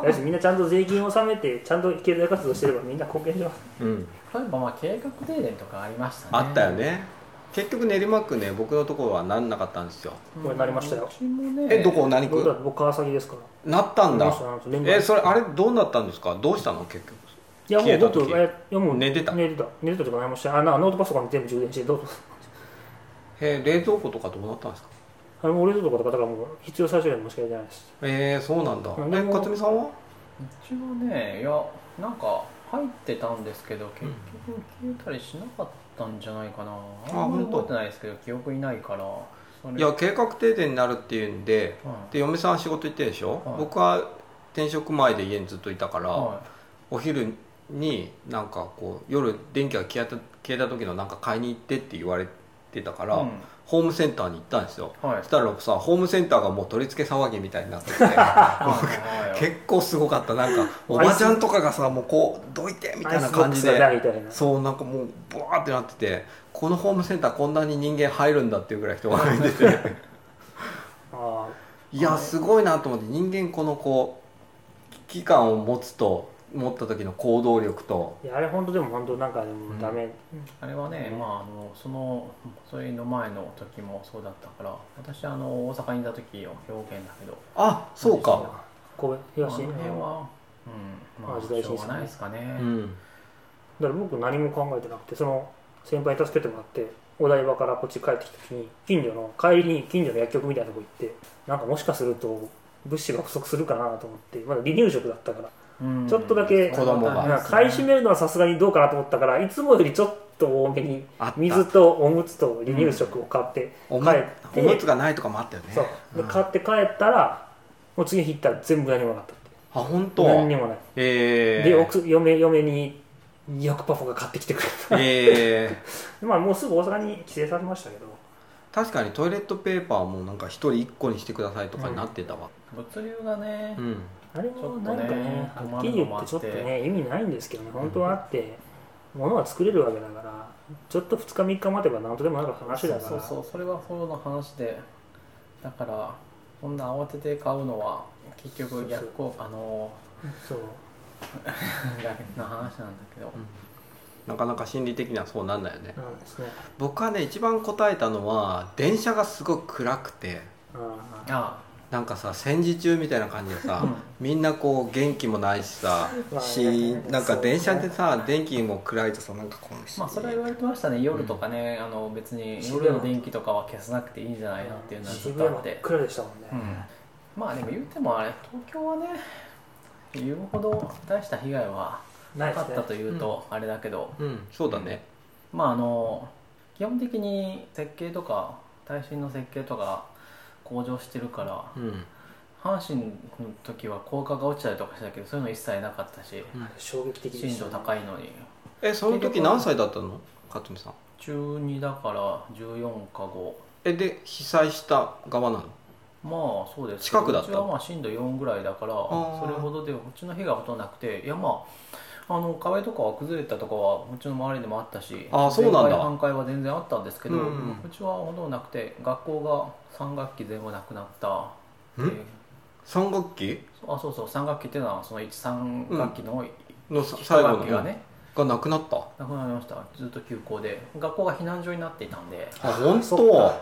だしみんなちゃんと税金を納めてちゃんと経済活動してればみんな貢献します
うん
例えばまあ計画停電とかありましたね
あったよね結局練馬区ね僕のところはなんなかったんですよ
うん
これなりましたよ
うちもね
えどこ何
僕だっ
区
て僕川崎ですから
なったんだ
そうなんです連絡
えそれあれどうなったんですかどうしたの結局
いやもう
消えた
僕
時
えいやもう
寝てた
寝てた寝てたとか何もしてあなんかノートパソコンに全部充電してどうぞ
え冷蔵庫とかどうなったんですか
あれもう冷蔵庫とかだからもう必要最小限もしかやってないです
えー、そうなんだ
うんで
え
も
勝美さんは
うちもねいやなんか入ってたんですけど結局消えたりしなかったんじゃないかな、
あ
あんまり
本当
覚えてないですけど記憶にないからそれ
いや計画停電になるっていうんで
うん
で嫁さんは仕事行ってるでしょ、
はい
僕は転職前で家にずっといたから、
は
お昼になんかこう夜電気が消えた消えた時のなんか買いに行ってって言われてたか
い
ら、
うん
ホームセンターに行ったんですよ
はい
そしたらさホームセンターがもう取り付け騒ぎみたいになってて
はいはい
結構すごかったなんかおばちゃんとかがさもうこうどいてみたいな感じ
アイスボックスが
で
ないみたいな
そうなんかもうブワーってなっててこのホームセンターこんなに人間入るんだっていうぐらい人が 入ってて
あ
いやすごいなと思って人間このこう危機感を持つと持った時の行動力と
ーいやあれ本当でも本当なんかでもダメ、
あれはね、まあ、あのそのそれの前の時もそうだったから私あの大阪にいた時は兵庫県だけど
あそうか
神戸
あの
東
辺
だか
は、うんま
ま
あ、
あ時代
しょ
震災ね
うがないですかね、
うん
ら僕何も考えてなくてその先輩に助けてもらってお台場からこっち帰ってきた時に近所の帰りに近所の薬局みたいなとこ行ってなんかもしかすると物資が不足するかなと思ってまだ離乳食だったから
うん
ちょっとだけ
子供が
なんか買い占めるのはさすがにどうかなと思ったからいつもよりちょっと多めに
あった
水とおむつと離乳食を買って
お
帰
む
って、
おむつがないとかもあったよね
そうで
ん
買って帰ったらもう次の日行ったら全部何もなかったって
あ本当
何にもない、
えー、
で奥嫁嫁によくパパが買ってきてくれた、
えー
まあもうすぐ大阪に帰省されましたけど
確かにトイレットペーパーもなんか一人一個にしてくださいとかになってたわ、
物流がね、
うん
あれもなんかね
ちょっとね
はっきり言ってちょっとね意味ないんですけどね本当はあって物は作れるわけだからちょっと2日3日待てば何とでもなる話だから
そうそうそうそれはほどの話でだからこんな慌てて買うのは結局逆効果の
そう
の話なんだけど、
なかなか心理的にはそうなんだよね
なんですね
僕はね一番答えたのは電車がすごく暗くて
ああ
あ
なんかさ戦時中みたいな感じでさみんなこう元気もないしさ
まあ
し
ね
なんか電車でさ電気も暗いとさなんかこう
まあそれは言われてましたね夜とかね、あの別に夜の電気とかは消さなくていいんじゃないのっていうのはずっ
渋
と
谷
あ
真
っ、
って暗でしたもんね、
うん、まあでも言うてもあれ東京はね言うほど大した被害は
ない
な
で
か
す
っ
ね
たというとあれだけど、
うんそうだね
まああの基本的に設計とか耐震の設計とか向上してるから
うん
阪神の時は高架が落ちたりとかしたけどそういうの一切なかったし
衝撃的で
震
した
度
ね
高いのに
えその時何歳だったの勝美さん
中2だから14か5
えで被災した側なの
まあそうです
近くだった
うちはまあ震度4ぐらいだから
ー
それほどでうちの火がほとんどなくていやまああの壁とかは崩れたとかはうちの周りでもあったし
あーそうなんだ
全壊半壊は全然あったんですけど、
う
うん
うん
ちはほとんどなくて学校が3学期全部なくなったっていう
3学期
あそうそう3学期っていうのはその13学期の
のさ
1
最後
学
の
期がね、
がなくなった
なくなりましたずっと休校で学校が避難所になっていたんで
あ本
そっ
当
か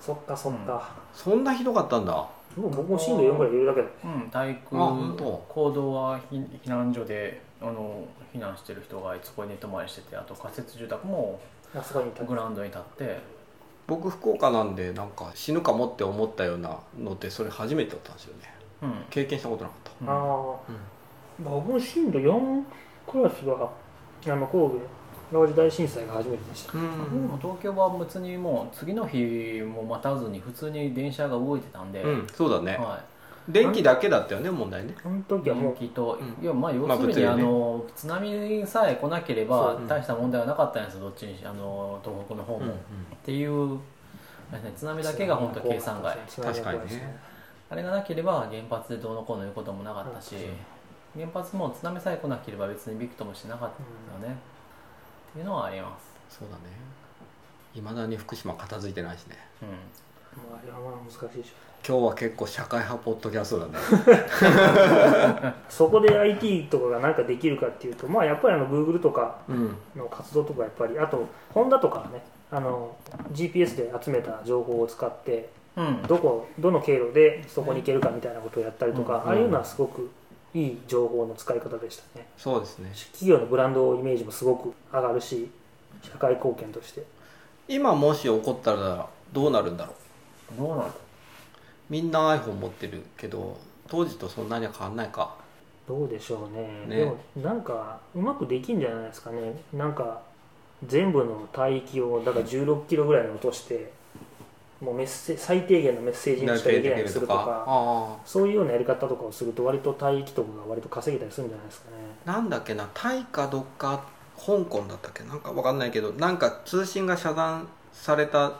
そっかそっか、
そんなひどかったんだ
もう僕も震度4ぐらい言うだけで
うん、体育
あ本当
行動は避避難所であの避難してる人がそこに寝泊まりしててあと仮設住宅も
あそこにいた
グラウンドに立って
僕福岡なんでなんか死ぬかもって思ったようなのってそれ初めてだったんですよね
うん、
経験したことなかっ
うん
ああ、僕も震度4クラスはあの神戸淡路大震災が初めてでした
たう
でも東京は別にもう次の日も待たずに普通に電車が動いてたんで、
うん、そうだね
は
電気だけだったよね問題ね
あの
い、
時はも
電
う
気と、
うん
いやまあ
まあ
要す
物
るに、
流ね
あの津波さえ来なければ
そう
大した問題はなかったんですよどっちにしあの東北の方も、
うん
っていうあれですね津波だけが本当計算外
津波が怖いです
確かにね
あれがなければ原発でどうのこうのいうこともなかったし、原発も津波さえ来なければ別にびくともしなかったよね、っていうのはあります
そうだねいまだに福島片付いてないしね
うん
まあ、あれはまあ難しいでしょ
今日は結構社会派ポッドキャストだね
そこで IT とかが何かできるかっていうと、まあ、やっぱりあの Google とか
うん
の活動とかやっぱりあとホンダとかねあの GPS で集めた情報を使って
うん
どこどの経路でそこに行けるかみたいなことをやったりとか、
うんうん
ああいうのはすごくいい情報の使い方でしたね
そうですね
企業のブランドイメージもすごく上がるし社会貢献として
今もし起こったらどうなるんだろう
どうなの
みんな iPhone 持ってるけど当時とそんなには変わんないか
どうでしょうね
ね
でもなんかうまくできんじゃないですかねなんか全部の帯域をだから16キロぐらいに落としてもうメッセ最低限のメッセージにしかできないようにするとか
あ
そういうようなやり方とかをすると割と帯域とかが割と稼げたりするんじゃないですかね
あなんだっけなタイかどっか香港だったっけなんかわかんないけどなんか通信が遮断された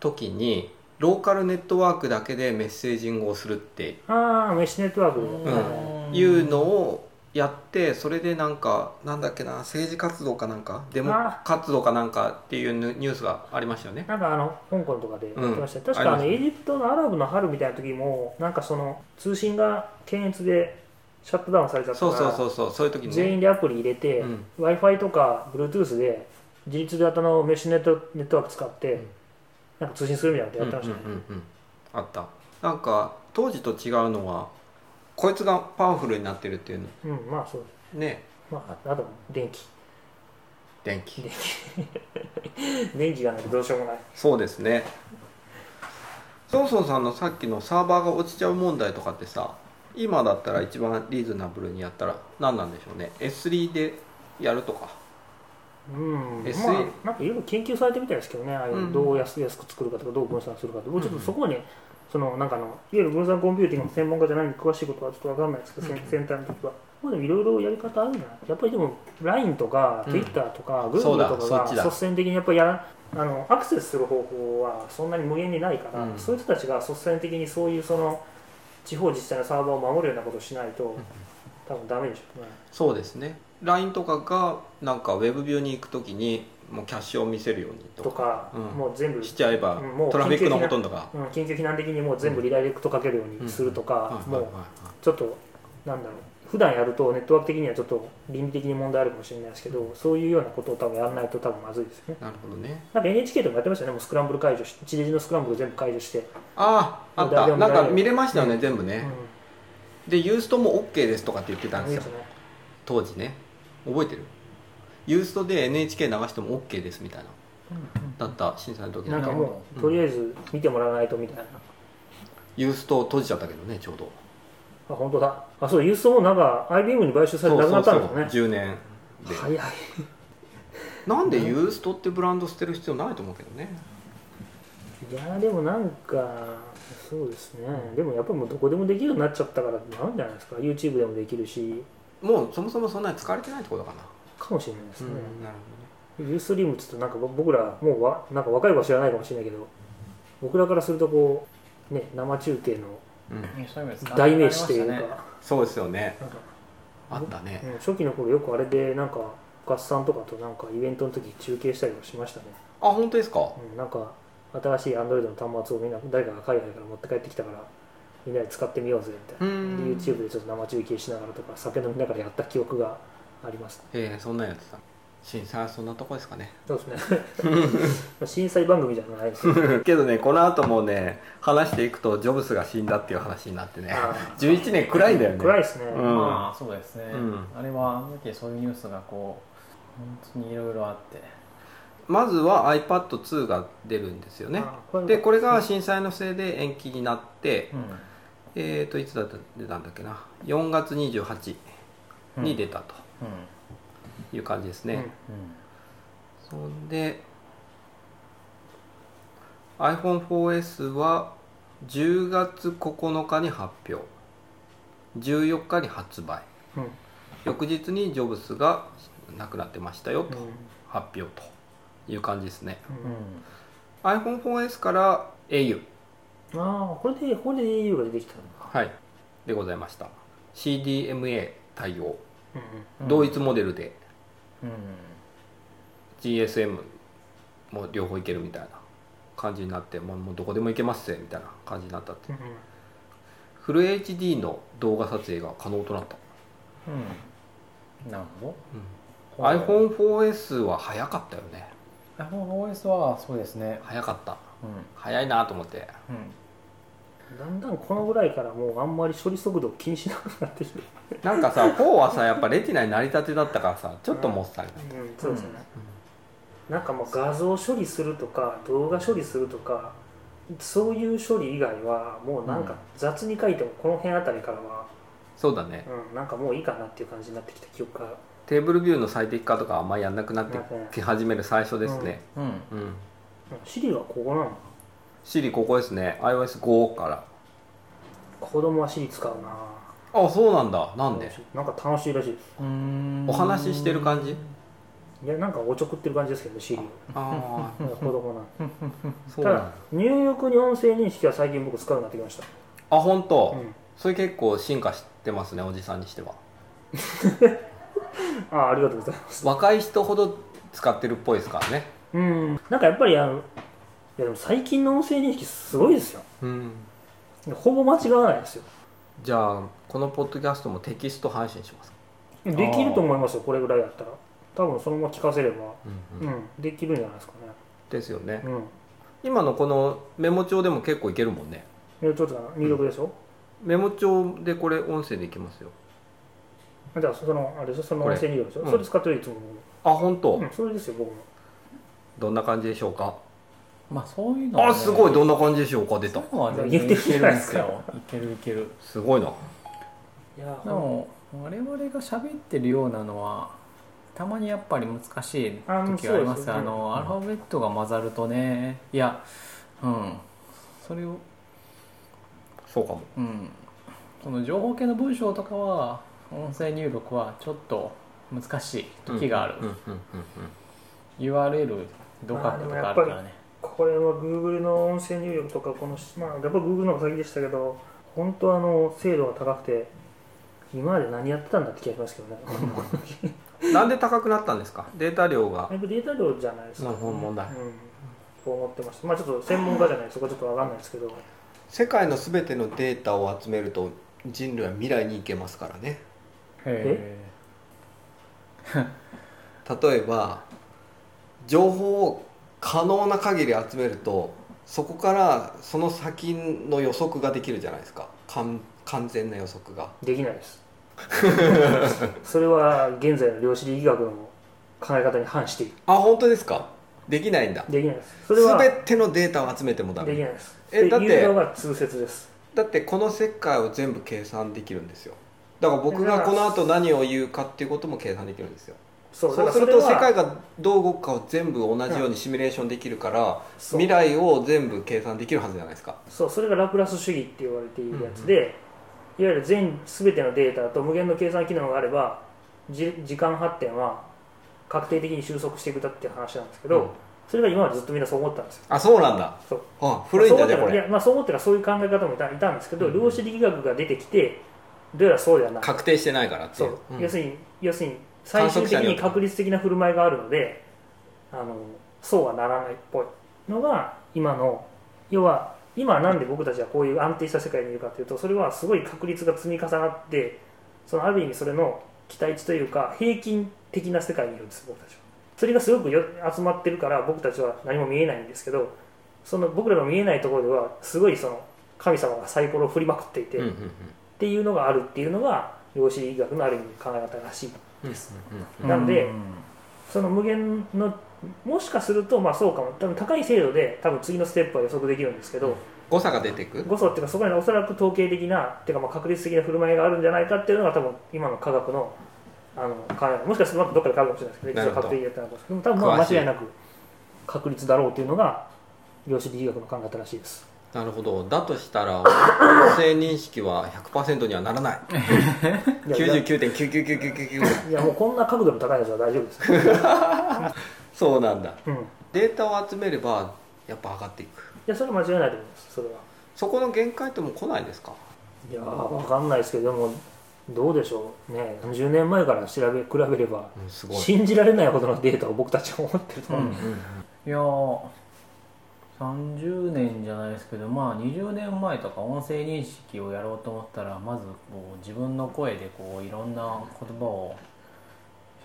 時にローカルネットワークだけでメッセージングをするって
ああメッシュネットワークで、
うん
はい
いうのをやってそれでなんかなんだっけな政治活動かなんかデモ
あ
活動かなんかっていうニュースがありましたよね
なんかあの香港とかでやってました、
うん
確かあの
ありま
エジプトのアラブの春みたいな時もなんかその通信が検閲でシャットダウンされちゃったか
そう
ら
そうそうそうそういう時に
全
ね
員でアプリ入れて、
うん
w i f i とか Bluetooth で自立型のメッシュネットネットワーク使って、
うん
なんか通信するみたいなこと
う
や
んうんう
ってましたね、
んうんあったなんか当時と違うのはこいつがパワフルになってるっていうの
うんまあそう
ね
まああと電気
電気
電気がないとどうしようもない
そうですねソンソンさんのさっきのサーバーが落ちちゃう問題とかってさ今だったら一番リーズナブルにやったら何なんでしょうね S3 でやるとか
うん、ま
SE
あ、なんかいろいろ研究されてみたいですけどね、ああいう
うん
どう安安く作るかとか、どう分散するかとか、僕ちょっ
うん
と
うん
そこまで、そのなんかあのいわゆる分散コンピューティングの専門家じゃないんで、詳しいことはちょっと分かんないですけど、先先端の時は。まあ、でもいろいろやり方あるんじゃないやっぱりでも、LINE とか
うん
Twitter とか、
そう
Google
だ
とか
そっ
が
ちだ
率先的にやっぱりやらあのアクセスする方法はそんなに無限にないから、
うん
そういう人たちが率先的にそういうその地方自治体のサーバーを守るようなことをしないと、多分ダメでしょうね。
そうですね LINE とかがなんかウェブビューに行く時にもうキャッシュを見せるように
と
とか
か、
うん
もう全部
しちゃえば
うんもう
トラフィックのほとんどが
うん緊急避難的にもう全部リダイレクトかけるようにするとか、
はい
も
はいは
う
いはい
ちょっとなんだろう普段やるとネットワーク的にはちょっと倫理的に問題あるかもしれないですけどそういうようなことを多分やらないと多分まずいですよね
なるほどね
なんか NHK でもやってましたよねもうスクランブル解除し地デジのスクランブル全部解除して、
あああっ
誰
た
でも
なんか
誰でも
見れましたよね
うん
全部
うん
ね、でユーストも OK ですとかって言ってたん
いい
で
ですす
よ
ね
当時ね覚えてるユーストで NHK 流しても OK ですみたいなだった震災の時
な
だ
ん
ね
かも
う
うんとりあえず見てもらわないとみたいな、
ユースト閉じちゃったけどねちょうど
あ本当だあそうユーストもなんか IBM に買収されてなくなったんですよね
10年で
早い
なんでユーストってブランド捨てる必要ないと思うけどね
いやーでもなんかそうですねでもやっぱりもうどこでもできるようになっちゃったからってなるんじゃないですか YouTube でもできるし
もうそもそもそんなに使われてないってことかな
かもしれないですね、
なる
ユーストリームっつってなんかぼ僕らもうわなんか若い子は知らないかもしれないけど僕らからするとこうね生中継の
ほどね、うん、
そういう意味で
代名詞というか,、
ね
そうですよね
なんか
あったね
うん初期の頃よくあれでなんか合算とかとなんかイベントの時中継したりもしましたね、
あ本当ですか
うん、なんか新しい Android の端末をみんな誰かが海外から持って帰ってきたからみんなで使ってみようぜみたいな
うん
で YouTube でちょっと生中継しながらとか酒飲みながらやった記憶があります
えー、そんなんやってた震災はそんなとこですかね
そうですね震災番組じゃないですけど
けどねこの後もね話していくとジョブスが死んだっていう話になってね
あ
11年暗いんだよね
暗いですね、
うん
まあそうですね、
うん
あれはだけそういうニュースがこう本当にいろいろあって
まずは iPad2 が出るんですよね
あこれ
でこれが震災のせいで延期になって、
う
えっ、といつだった出たんだっけな4月28
ん
に出たと
うんうん
いう感じですね、そんで iPhone4S は10月9日に発表14日に発売
うん、うん
翌日にジョブスが亡くなってましたよと発表という感じですね
うん
うん
iPhone4S から au
ああこれでこれで EU が出てきたんだ
はいでございました CDMA 対応、
うん
同一モデルで
うん
GSM も両方いけるみたいな感じになってもうもうどこでもいけますぜみたいな感じになったって
うんうん
フル HD の動画撮影が可能となった、
うんなるほ
う
ど
ん、iPhone4S は早かったよね
iPhone4S はそうですね
早かった
う
早いなと思って
んうん
だんだんこのぐらいからもうあんまり処理速度気にしなくなってきて、
なんかさ4はさやっぱレティナになりたてだったからさちょっともったいない
うん、そうですね、なんかもう画像処理するとか動画処理するとかそういう処理以外はもうなんか雑に書いてもこの辺あたりからは、
そうだね
うん、なんかもういいかなっていう感じになってきた記憶が
テーブルビューの最適化とかあんまやんなくなってき始める最初ですね
うん
うん、
シリはここなの
Siri ここですね iOS5 から
子供はシリ使うな
あそうなんだなんで
なんか楽しいらしい
お話ししてる感じ
いやなんかおちょくってる感じですけどねシリ
あ
子供なんで
あそう
た
なん
だ
だ
入力に音声認識は最近僕使うようになってきました
あ本当、
うん
それ結構進化してますねおじさんにしては
ああありがとうございます
若い人ほど使ってるっぽいですからね
うんなんかやっぱりあのいやでも最近の音声認識すごいですよ
うん
ほぼ間違わないですよ
じゃあこのポッドキャストもテキスト配信しますか、
できると思いますよこれぐらいだったら多分そのまま聞かせれば、
うん
う
うん
ん、できるんじゃないですか
ですよね、
ね
今のこのメモ帳でも結構いけるもんね
うんいやちょっと入力でしょ、
メモ帳でこれ音声でいきますよ
だからそのあれでしょその
これ
音声入力でしょ、
うん
それ使ってるいつも
あ本当、
僕も、うん、それですよ僕も
どんな感じでしょうか
まあそういうのはね
あすごいどんな感じでしょうか出た
そういうのは全然いけるんですよいけるいける
すごいない
や
でも我々が喋ってるようなのはたまにやっぱり難しい
あの
時はあります
そうですよね
あのアルファベットが混ざるとねいやうんそれを
そうかも
うんその情報系の文章とかは音声入力はちょっと難しい時がある、
うんうんうんうん
URL どう書くとかあるからね
これは Google の音声入力とかこのまあやっぱ Google の方が先でしたけど本当あの精度が高くて今まで何やってたんだって気がしますけどね
なんで高くなったんですかデータ量が
だいぶデータ量じゃないですか、
なるほど問題
うん、そう思ってましたまあちょっと専門家じゃないそこはちょっと分かんないですけど
世界の全てのデータを集めると人類は未来に行けますからね
へ
例えば情報を可能な限り集めるとそこからその先の予測ができるじゃないですか完完全な予測が
できないです それは現在の量子力学の考え方に反している
あ本当ですかできないんだ
できないですそれはで
全てのデータを集めてもダ
きな
メ
いです
えだって
で言うのが通説です
だってこの世界を全部計算できるんですよだから僕がこの後何を言うかっていうことも計算できるんですよ
そだ
そ
か
う
ら
する
れ
と
は
世界がどう動くかを全部同じようにシミュレーションできるから
そう
未来を全部計算できるはずじゃないですか
そうそれがラプラス主義って言われているやつで、いわゆる全全てのデータと無限の計算機能があればじ時間発展は確定的に収束していくだっていう話なんですけど、
うん
それが今までずっとみんなそう思ったんですよ
あそうなんだ
そう
あ古いんだね
そう
こ
思ってたい
れ
や、まあ、そう思ってたらそういう考え方もいたいたんですけど、量子力学が出てきてどうやらそうではない
確定してないからって
そ
いう
う、
うん
要するに要するに最終的
観測者によっ
に
て
確率的な振る舞いがあるのであのそうはならないっぽいのが今の要は今なんで僕たちはこういう安定した世界にいるかというとそれはすごい確率が積み重なってそのある意味それの期待値というか平均的な世界にいるんです僕たちはそれがすごくよ集まってるから僕たちは何も見えないんですけどその僕らの見えないところではすごいその神様がサイコロを振りまくっていて、
うんうんうん
っていうのがあるっていうのが量子力学のある意味考え方らしい
です、うんうん
え
なんで
うん
その無限のもしかするとまあそうかも多分高い精度で多分次のステップは予測できるんですけど
誤差が出てく
誤差っていうかそこにおそらく統計的なっていうかまあ確率的な振る舞いがあるんじゃないかっていうのが多分今の科学のあの考え方もしかするとどっかで変わるかもしれないですけど
な
実
るほ
は
ど
確定的だったのかもしれないでも多分まあ
詳しい
間違いなく確率だろうっていうのが量子力学の考え方らしいです
なるほどだとしたら音声認識は100%にはならない
いやいや
99.99999
いやもうこんな角度の高いやつは大丈夫です
そうなんだ
うんい
データを集めればやっぱ上がっていく
やそれは間違いないと思いますそれは
そこの限界ってもう来ないですか
いやーわかんないですけどでもどうでしょうね10年前から調べ比べれば
うんす
信じられないほどのデータを僕たちは持ってると
う
思う、
んいやー30年じゃないですけどまあ20年前とか音声認識をやろうと思ったらまずこう自分の声でこういろんな言葉を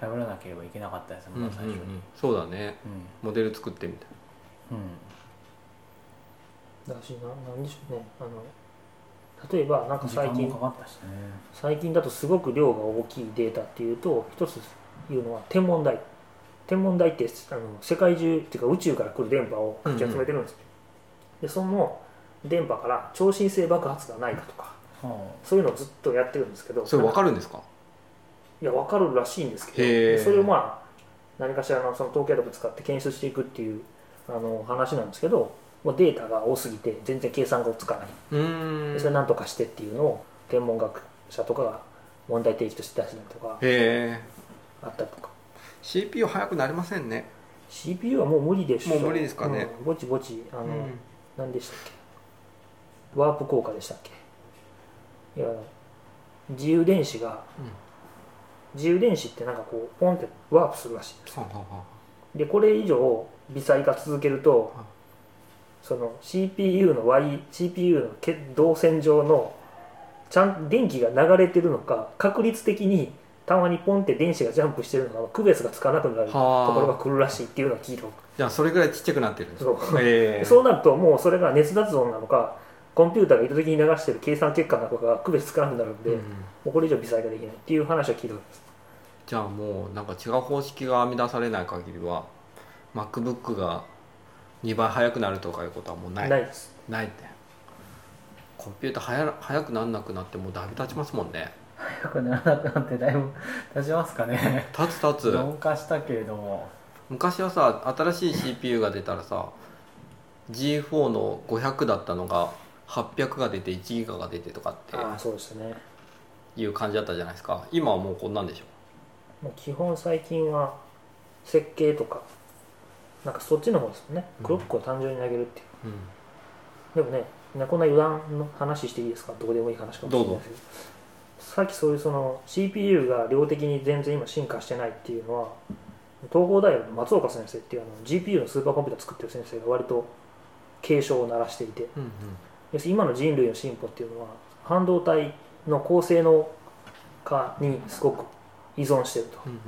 喋らなければいけなかったですもんね最初に、うん
そうだねモデル作ってみたい
だしななんでしょうねあの例えばなん
う
か
ん時
最
間
近
もかかったしね
最近だとすごく量が大きいデータっていうと一つ言うのは天文台天文台ってあの世界中っていうか宇宙から来る電波をかき集めてるんですよ、でその電波から超新星爆発がないかとか
は
そういうのをずっとやってるんですけど
それ分かるんですか
いや分かるらしいんですけど
へー
でそれをまあ何かしらのその統計学使って検出していくっていうあの話なんですけどもうデータが多すぎて全然計算がつかないう
ーん
でそれなんとかしてっていうのを天文学者とかが問題提起として出したりとか
へえ
あったりとか
CPU 早くなりませんね
CPU はもう無理でし
も
ょ
う無理ですかね、
うんぼちぼちあの、
うん
何でしたっけワープ効果でしたっけいや自由電子が、
うん
自由電子ってなんかこうポンってワープするらしいんです
はあはあは
でこれ以上微細化続けると
はい
その CPU の Y CPU のけ導線上のちゃん電気が流れてるのか確率的にたまにポンって電子がジャンプしてるのが区別がつかなくなると
はあ
ころが来るらしいっていうのを聞いたこと
あじゃあそれぐらいちっちゃくなってるんですか
そう
へ
で
え
そうなるともうそれが熱脱音なのかコンピューターが意図的に流してる計算結果なのかが区別つかなくなるんで、
う
も
ん
うこれ以上微細化できないっていう話は聞いたことです
じゃあもうなんか違う方式が編み出されない限りは MacBook が2倍速くなるとかいうことはもうない
ないです
ないってコンピューター速ら速くなんなくなってもうだいぶ経ちますもんね
い早くならなくなってだいぶ経ちますかね
経つ経つ
鈍化したけれども
昔はさ新しい CPU が出たらさ G4 の500だったのが800が出て1ギガが出てとか
あ
っ
あそうでしたね
ていう感じだったじゃないですか今はもうこんなんでしょ
もう基本最近は設計とかなんかそっちの方ですよね
うん
クロックを単純に投げるってい
う
う、
ん
でもねねこんな余談の話していいですかどうでもいい話かもしれないですけどさっきそういうその CPU が量的に全然今進化してないっていうのは東工大学の松岡先生っていうあの GPU のスーパーコンピューター作ってる先生が割と警鐘を鳴らしていて
うんうん
要するに今の人類の進歩っていうのは半導体の高性能化にすごく依存してると
うん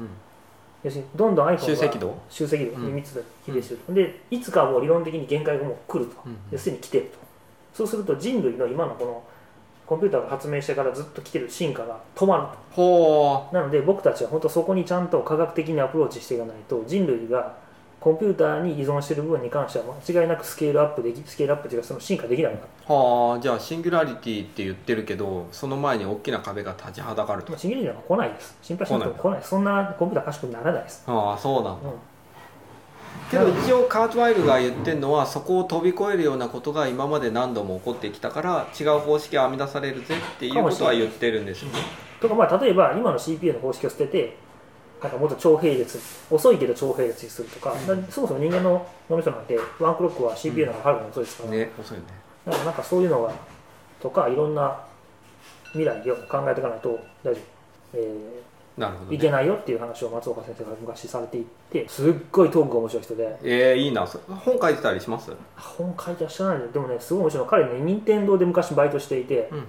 要するにどんどん iPhone
うん
が
集積度
集積度
うん
に密度比例してると、でいつかはもう理論的に限界がもう来ると
うんう
で
ん
すでに来てるとそうすると人類の今のこのコンピューターが発明してからずっと来てる進化が止まる
ほ
となので僕たちは本当そこにちゃんと科学的にアプローチしていかないと人類がコンピューターに依存してる部分に関しては間違いなくスケールアップできスケールアップというかその進化できないなる
うはあじゃあシンギュラリティって言ってるけどその前に大きな壁が立ちはだかると
まあ、新技術なんか来ないです心配しなくても来ないそんなコンピューター賢くならないです、
ああそうなん
う
だ
ん
けど一応カートワイルが言ってるのはそこを飛び越えるようなことが今まで何度も起こってきたから違う方式が編み出されるぜっていうことは言ってるんですよね
とかまあ例えば今の CPU の方式を捨ててなんかもっと超並列遅いけど超並列にするとか,、そもそも人間の脳みそなんてワンクロックは CPU の方がはるかに遅いですから、
ね遅いよね
だからなんかそういうのがとかいろんな未来を考えていかないと大丈夫、え
なるほど、
ー
ね、
いけないよっていう話を松岡先生が昔されていてすっごいトークが面白い人で
えー、いいなそ本書いてたりします
本書いてらっしゃらないんででもねすごい面白い彼ね任天堂で昔バイトしていて
うんうん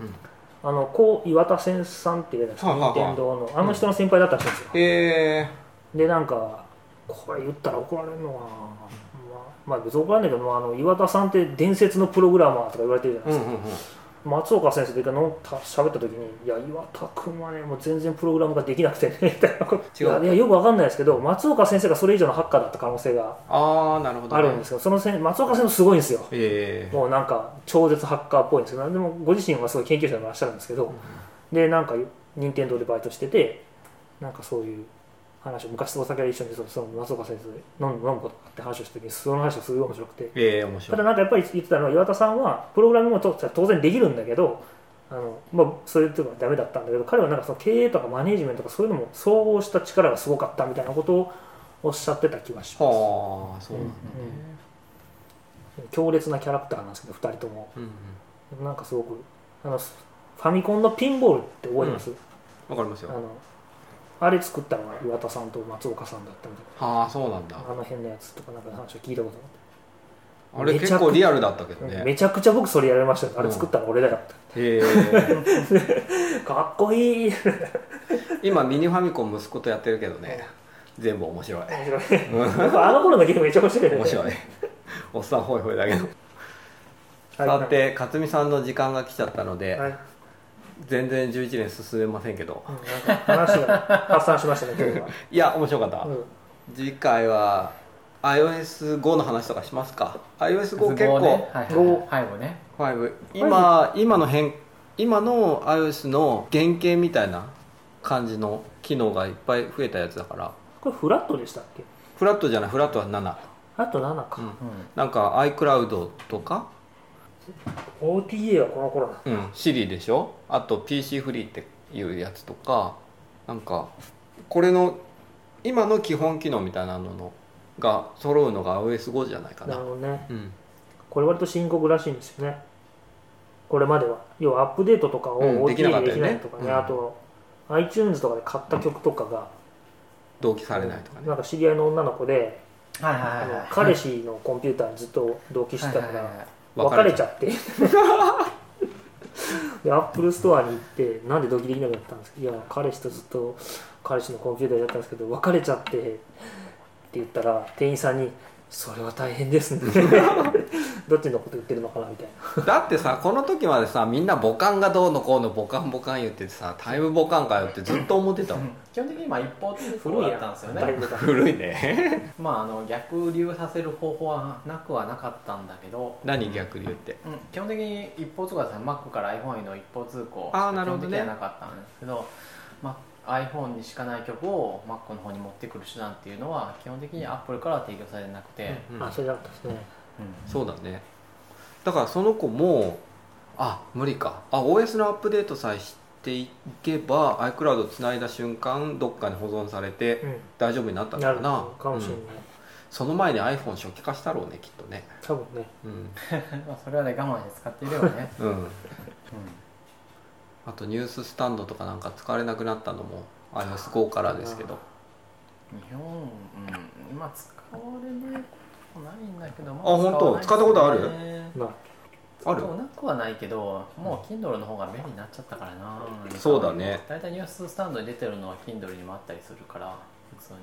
あのこう岩田先さんっていう
はいはいは
任
い
天堂のあの人の先輩だったらしいんですよ、
え
でなんかこれ言ったら怒られるのかな、まあ、まあ別に怒られないけど、まあ、あの岩田さんって伝説のプログラマーとか言われてるじゃない
ー、う
で
ん
す
う
か、
んうん
松岡先生と一回飲んた喋った時に「いや岩田君はねもう全然プログラムができなくてね」みたいなこと
違う
いやいやよくわかんないですけど松岡先生がそれ以上のハッカーだった可能性が
ああなるほど、
あるんですけど、そのせん松岡先生すごいんですよ
え
もうなんか超絶ハッカーっぽいんですけどでもご自身はすごい研究者でもいらっしゃるんですけど、でなんか任天堂でバイトしててなんかそういう話を昔お酒で一緒にそのその松岡先生と飲む飲むことがあって話をした時にその話がすごい面白くて
ー、えー、面
た
白い
だなんかやっぱり言ってたのは岩田さんはプログラムもと当然できるんだけどあの、まあ、それとかダメだったんだけど彼はなんかその経営とかマネージメントとかそういうのも総合した力がすごかったみたいなことをおっしゃってた気がします、
はあそうなんだね
強烈なキャラクターなんですけど2人とも
うんうん
なんかすごくあのファミコンのピンボールって覚えます、
わかります
あ
よ
のあれ作ったのは岩田さんと松岡さんだったみたい
ああそうなんだ
なあの辺のやつとかなんか話を聞いたこと
あれ
めちゃく
結構リアルだったけど
あって、
ね
めちゃくちゃ僕それやられましたよあれ作ったの俺だよ、
へえ
かっこいい
今ミニファミコン息子とやってるけどね全部面白い
面白いやっぱあの頃のゲームめちゃ面白いよね
面白 いおっさんホイホイだけど
はい
さて勝美さんの時間が来ちゃったので、
はい、
全然11年進めませんけど
うんなんか話が発散しましたね今日は、
いや面白かった、
うん
次回は iOS5 の話とかしますか iOS5 結構、
ね、はい
五
はい、5ね
5今今の変今の iOS の原型みたいな感じの機能がいっぱい増えたやつだから
これフラットでしたっけ
フラットじゃないフラットは7、
あと7か、
うん、
うん
なんか iCloud とか、
OTA はこの頃だ
うん、Siri でしょあと PC フリーっていうやつとかなんかこれの今の基本機能みたいなののが揃うのが iOS5 じゃないか
なる
な、
ほどね
うん、
これ割と深刻らしいんですよねこれまでは要はアップデートとかを
うん
OTA
できなかったよね
できないとかね,、
うん
あと iTunes とかで買った曲とかが、
同期されないとかね
なんか知り合いの女の子で、
はいはいはい
あ
は
の
い
彼氏のコンピューターにずっと同期してたから、
はいはいはい
別れちゃってでアップルストアに行ってなんで同期できなくなったんですかいや彼氏とずっと彼氏のコンピューターでやったんですけど別れちゃってって言ったら店員さんに「それは大変ですね」どっちのこと言ってるのかなみたいな
だってさこの時までさみんな母艦がどうのこうの母艦母艦言っててさタイム母艦かよってずっと思ってた
う
も ん
ん基本的にまあ一方的にだったんですよね
だいぶだ
古いね
まああの逆流させる方法はなくはなかったんだけど、
何逆に言って
うん、基本的に一方通行ですね Mac から iPhone への一方通行
あーなるほどね
基本的にはなかったんですけど、まあ、iPhone にしかない曲を Mac の方に持ってくる手段っていうのは基本的に Apple からは提供されなくて、
うん
あそれじゃなかったですね
うん
そうだねだからその子もあ無理かあ OS のアップデートさえしていけば iCloud つないだ瞬間どっかに保存されて
う
大丈夫になった
ん
の
な
か
る
な
かもしれない、
うんその前に iPhone 初期化したろうねきっとね
多分ね
うん、
まあそれはね我慢して使っていればね、
うん、
う
あとニューススタンドとかなんか使われなくなったのも iOS5 からですけど
ん、日本、うん、まあ使われないことないんだけど、ま
あ本当使ったことある
まあ
ある
そうなくはないけどもう Kindle の方が便利になっちゃったからな
そうだね
大体ニューススタンドに出てるのは Kindle にもあったりするから普通に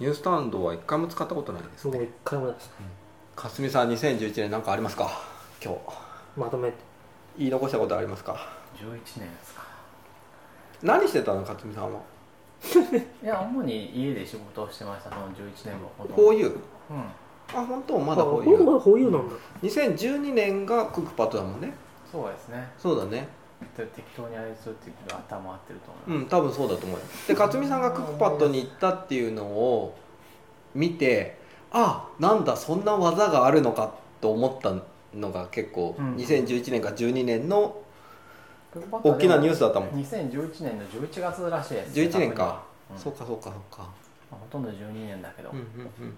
ニュースタンドは一回も使ったことないです
僕も
ね
一回もないです
かすみさん2011年なんかありますか今日
まとめて
言い残したことありますか
11年ですか
何してたのかすみさんはい
や主に家で仕事をしてましたその11年もほとんど
こういう
うん
あ本当ま
ま
だこういう
だこういうのなんだ
2012年がクックパッドだもんね
そうですね
そうだね
で適当にあれするっていうのは頭合ってると思う、
うん多分そうだと思うよでかつみさんがクックパッドに行ったっていうのを見てあなんだそんな技があるのかと思ったのが結構
うん
2011年か12年の
クックパッドは
大きなニュー
で
スだったもん
も2011年の11月らしいです
11年か、そ
確認うん
うかそうかそうか
まあほとんど12年だけど、
うんうんうんうん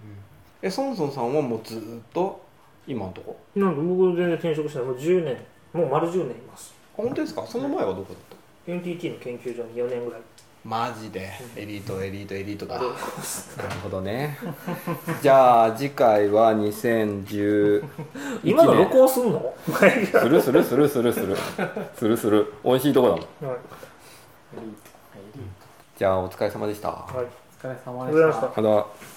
えソンソンさんはもうずーっと今のとこ
なんか僕全然転職してないもう10年もう丸10年います
あ本当ですかその前はどこだった
NTT の研究所に4年ぐらい
マジでエリートエリートエリートだ
あ
なるほど ねじゃあ次回は2010
今の録音すんの はい
するするするするするするする美味しいとこだもん
エリートエリー
じゃあお疲れ様でした
はい
トお疲れ様
ありがとうござい
で
ま
し
したた
まだ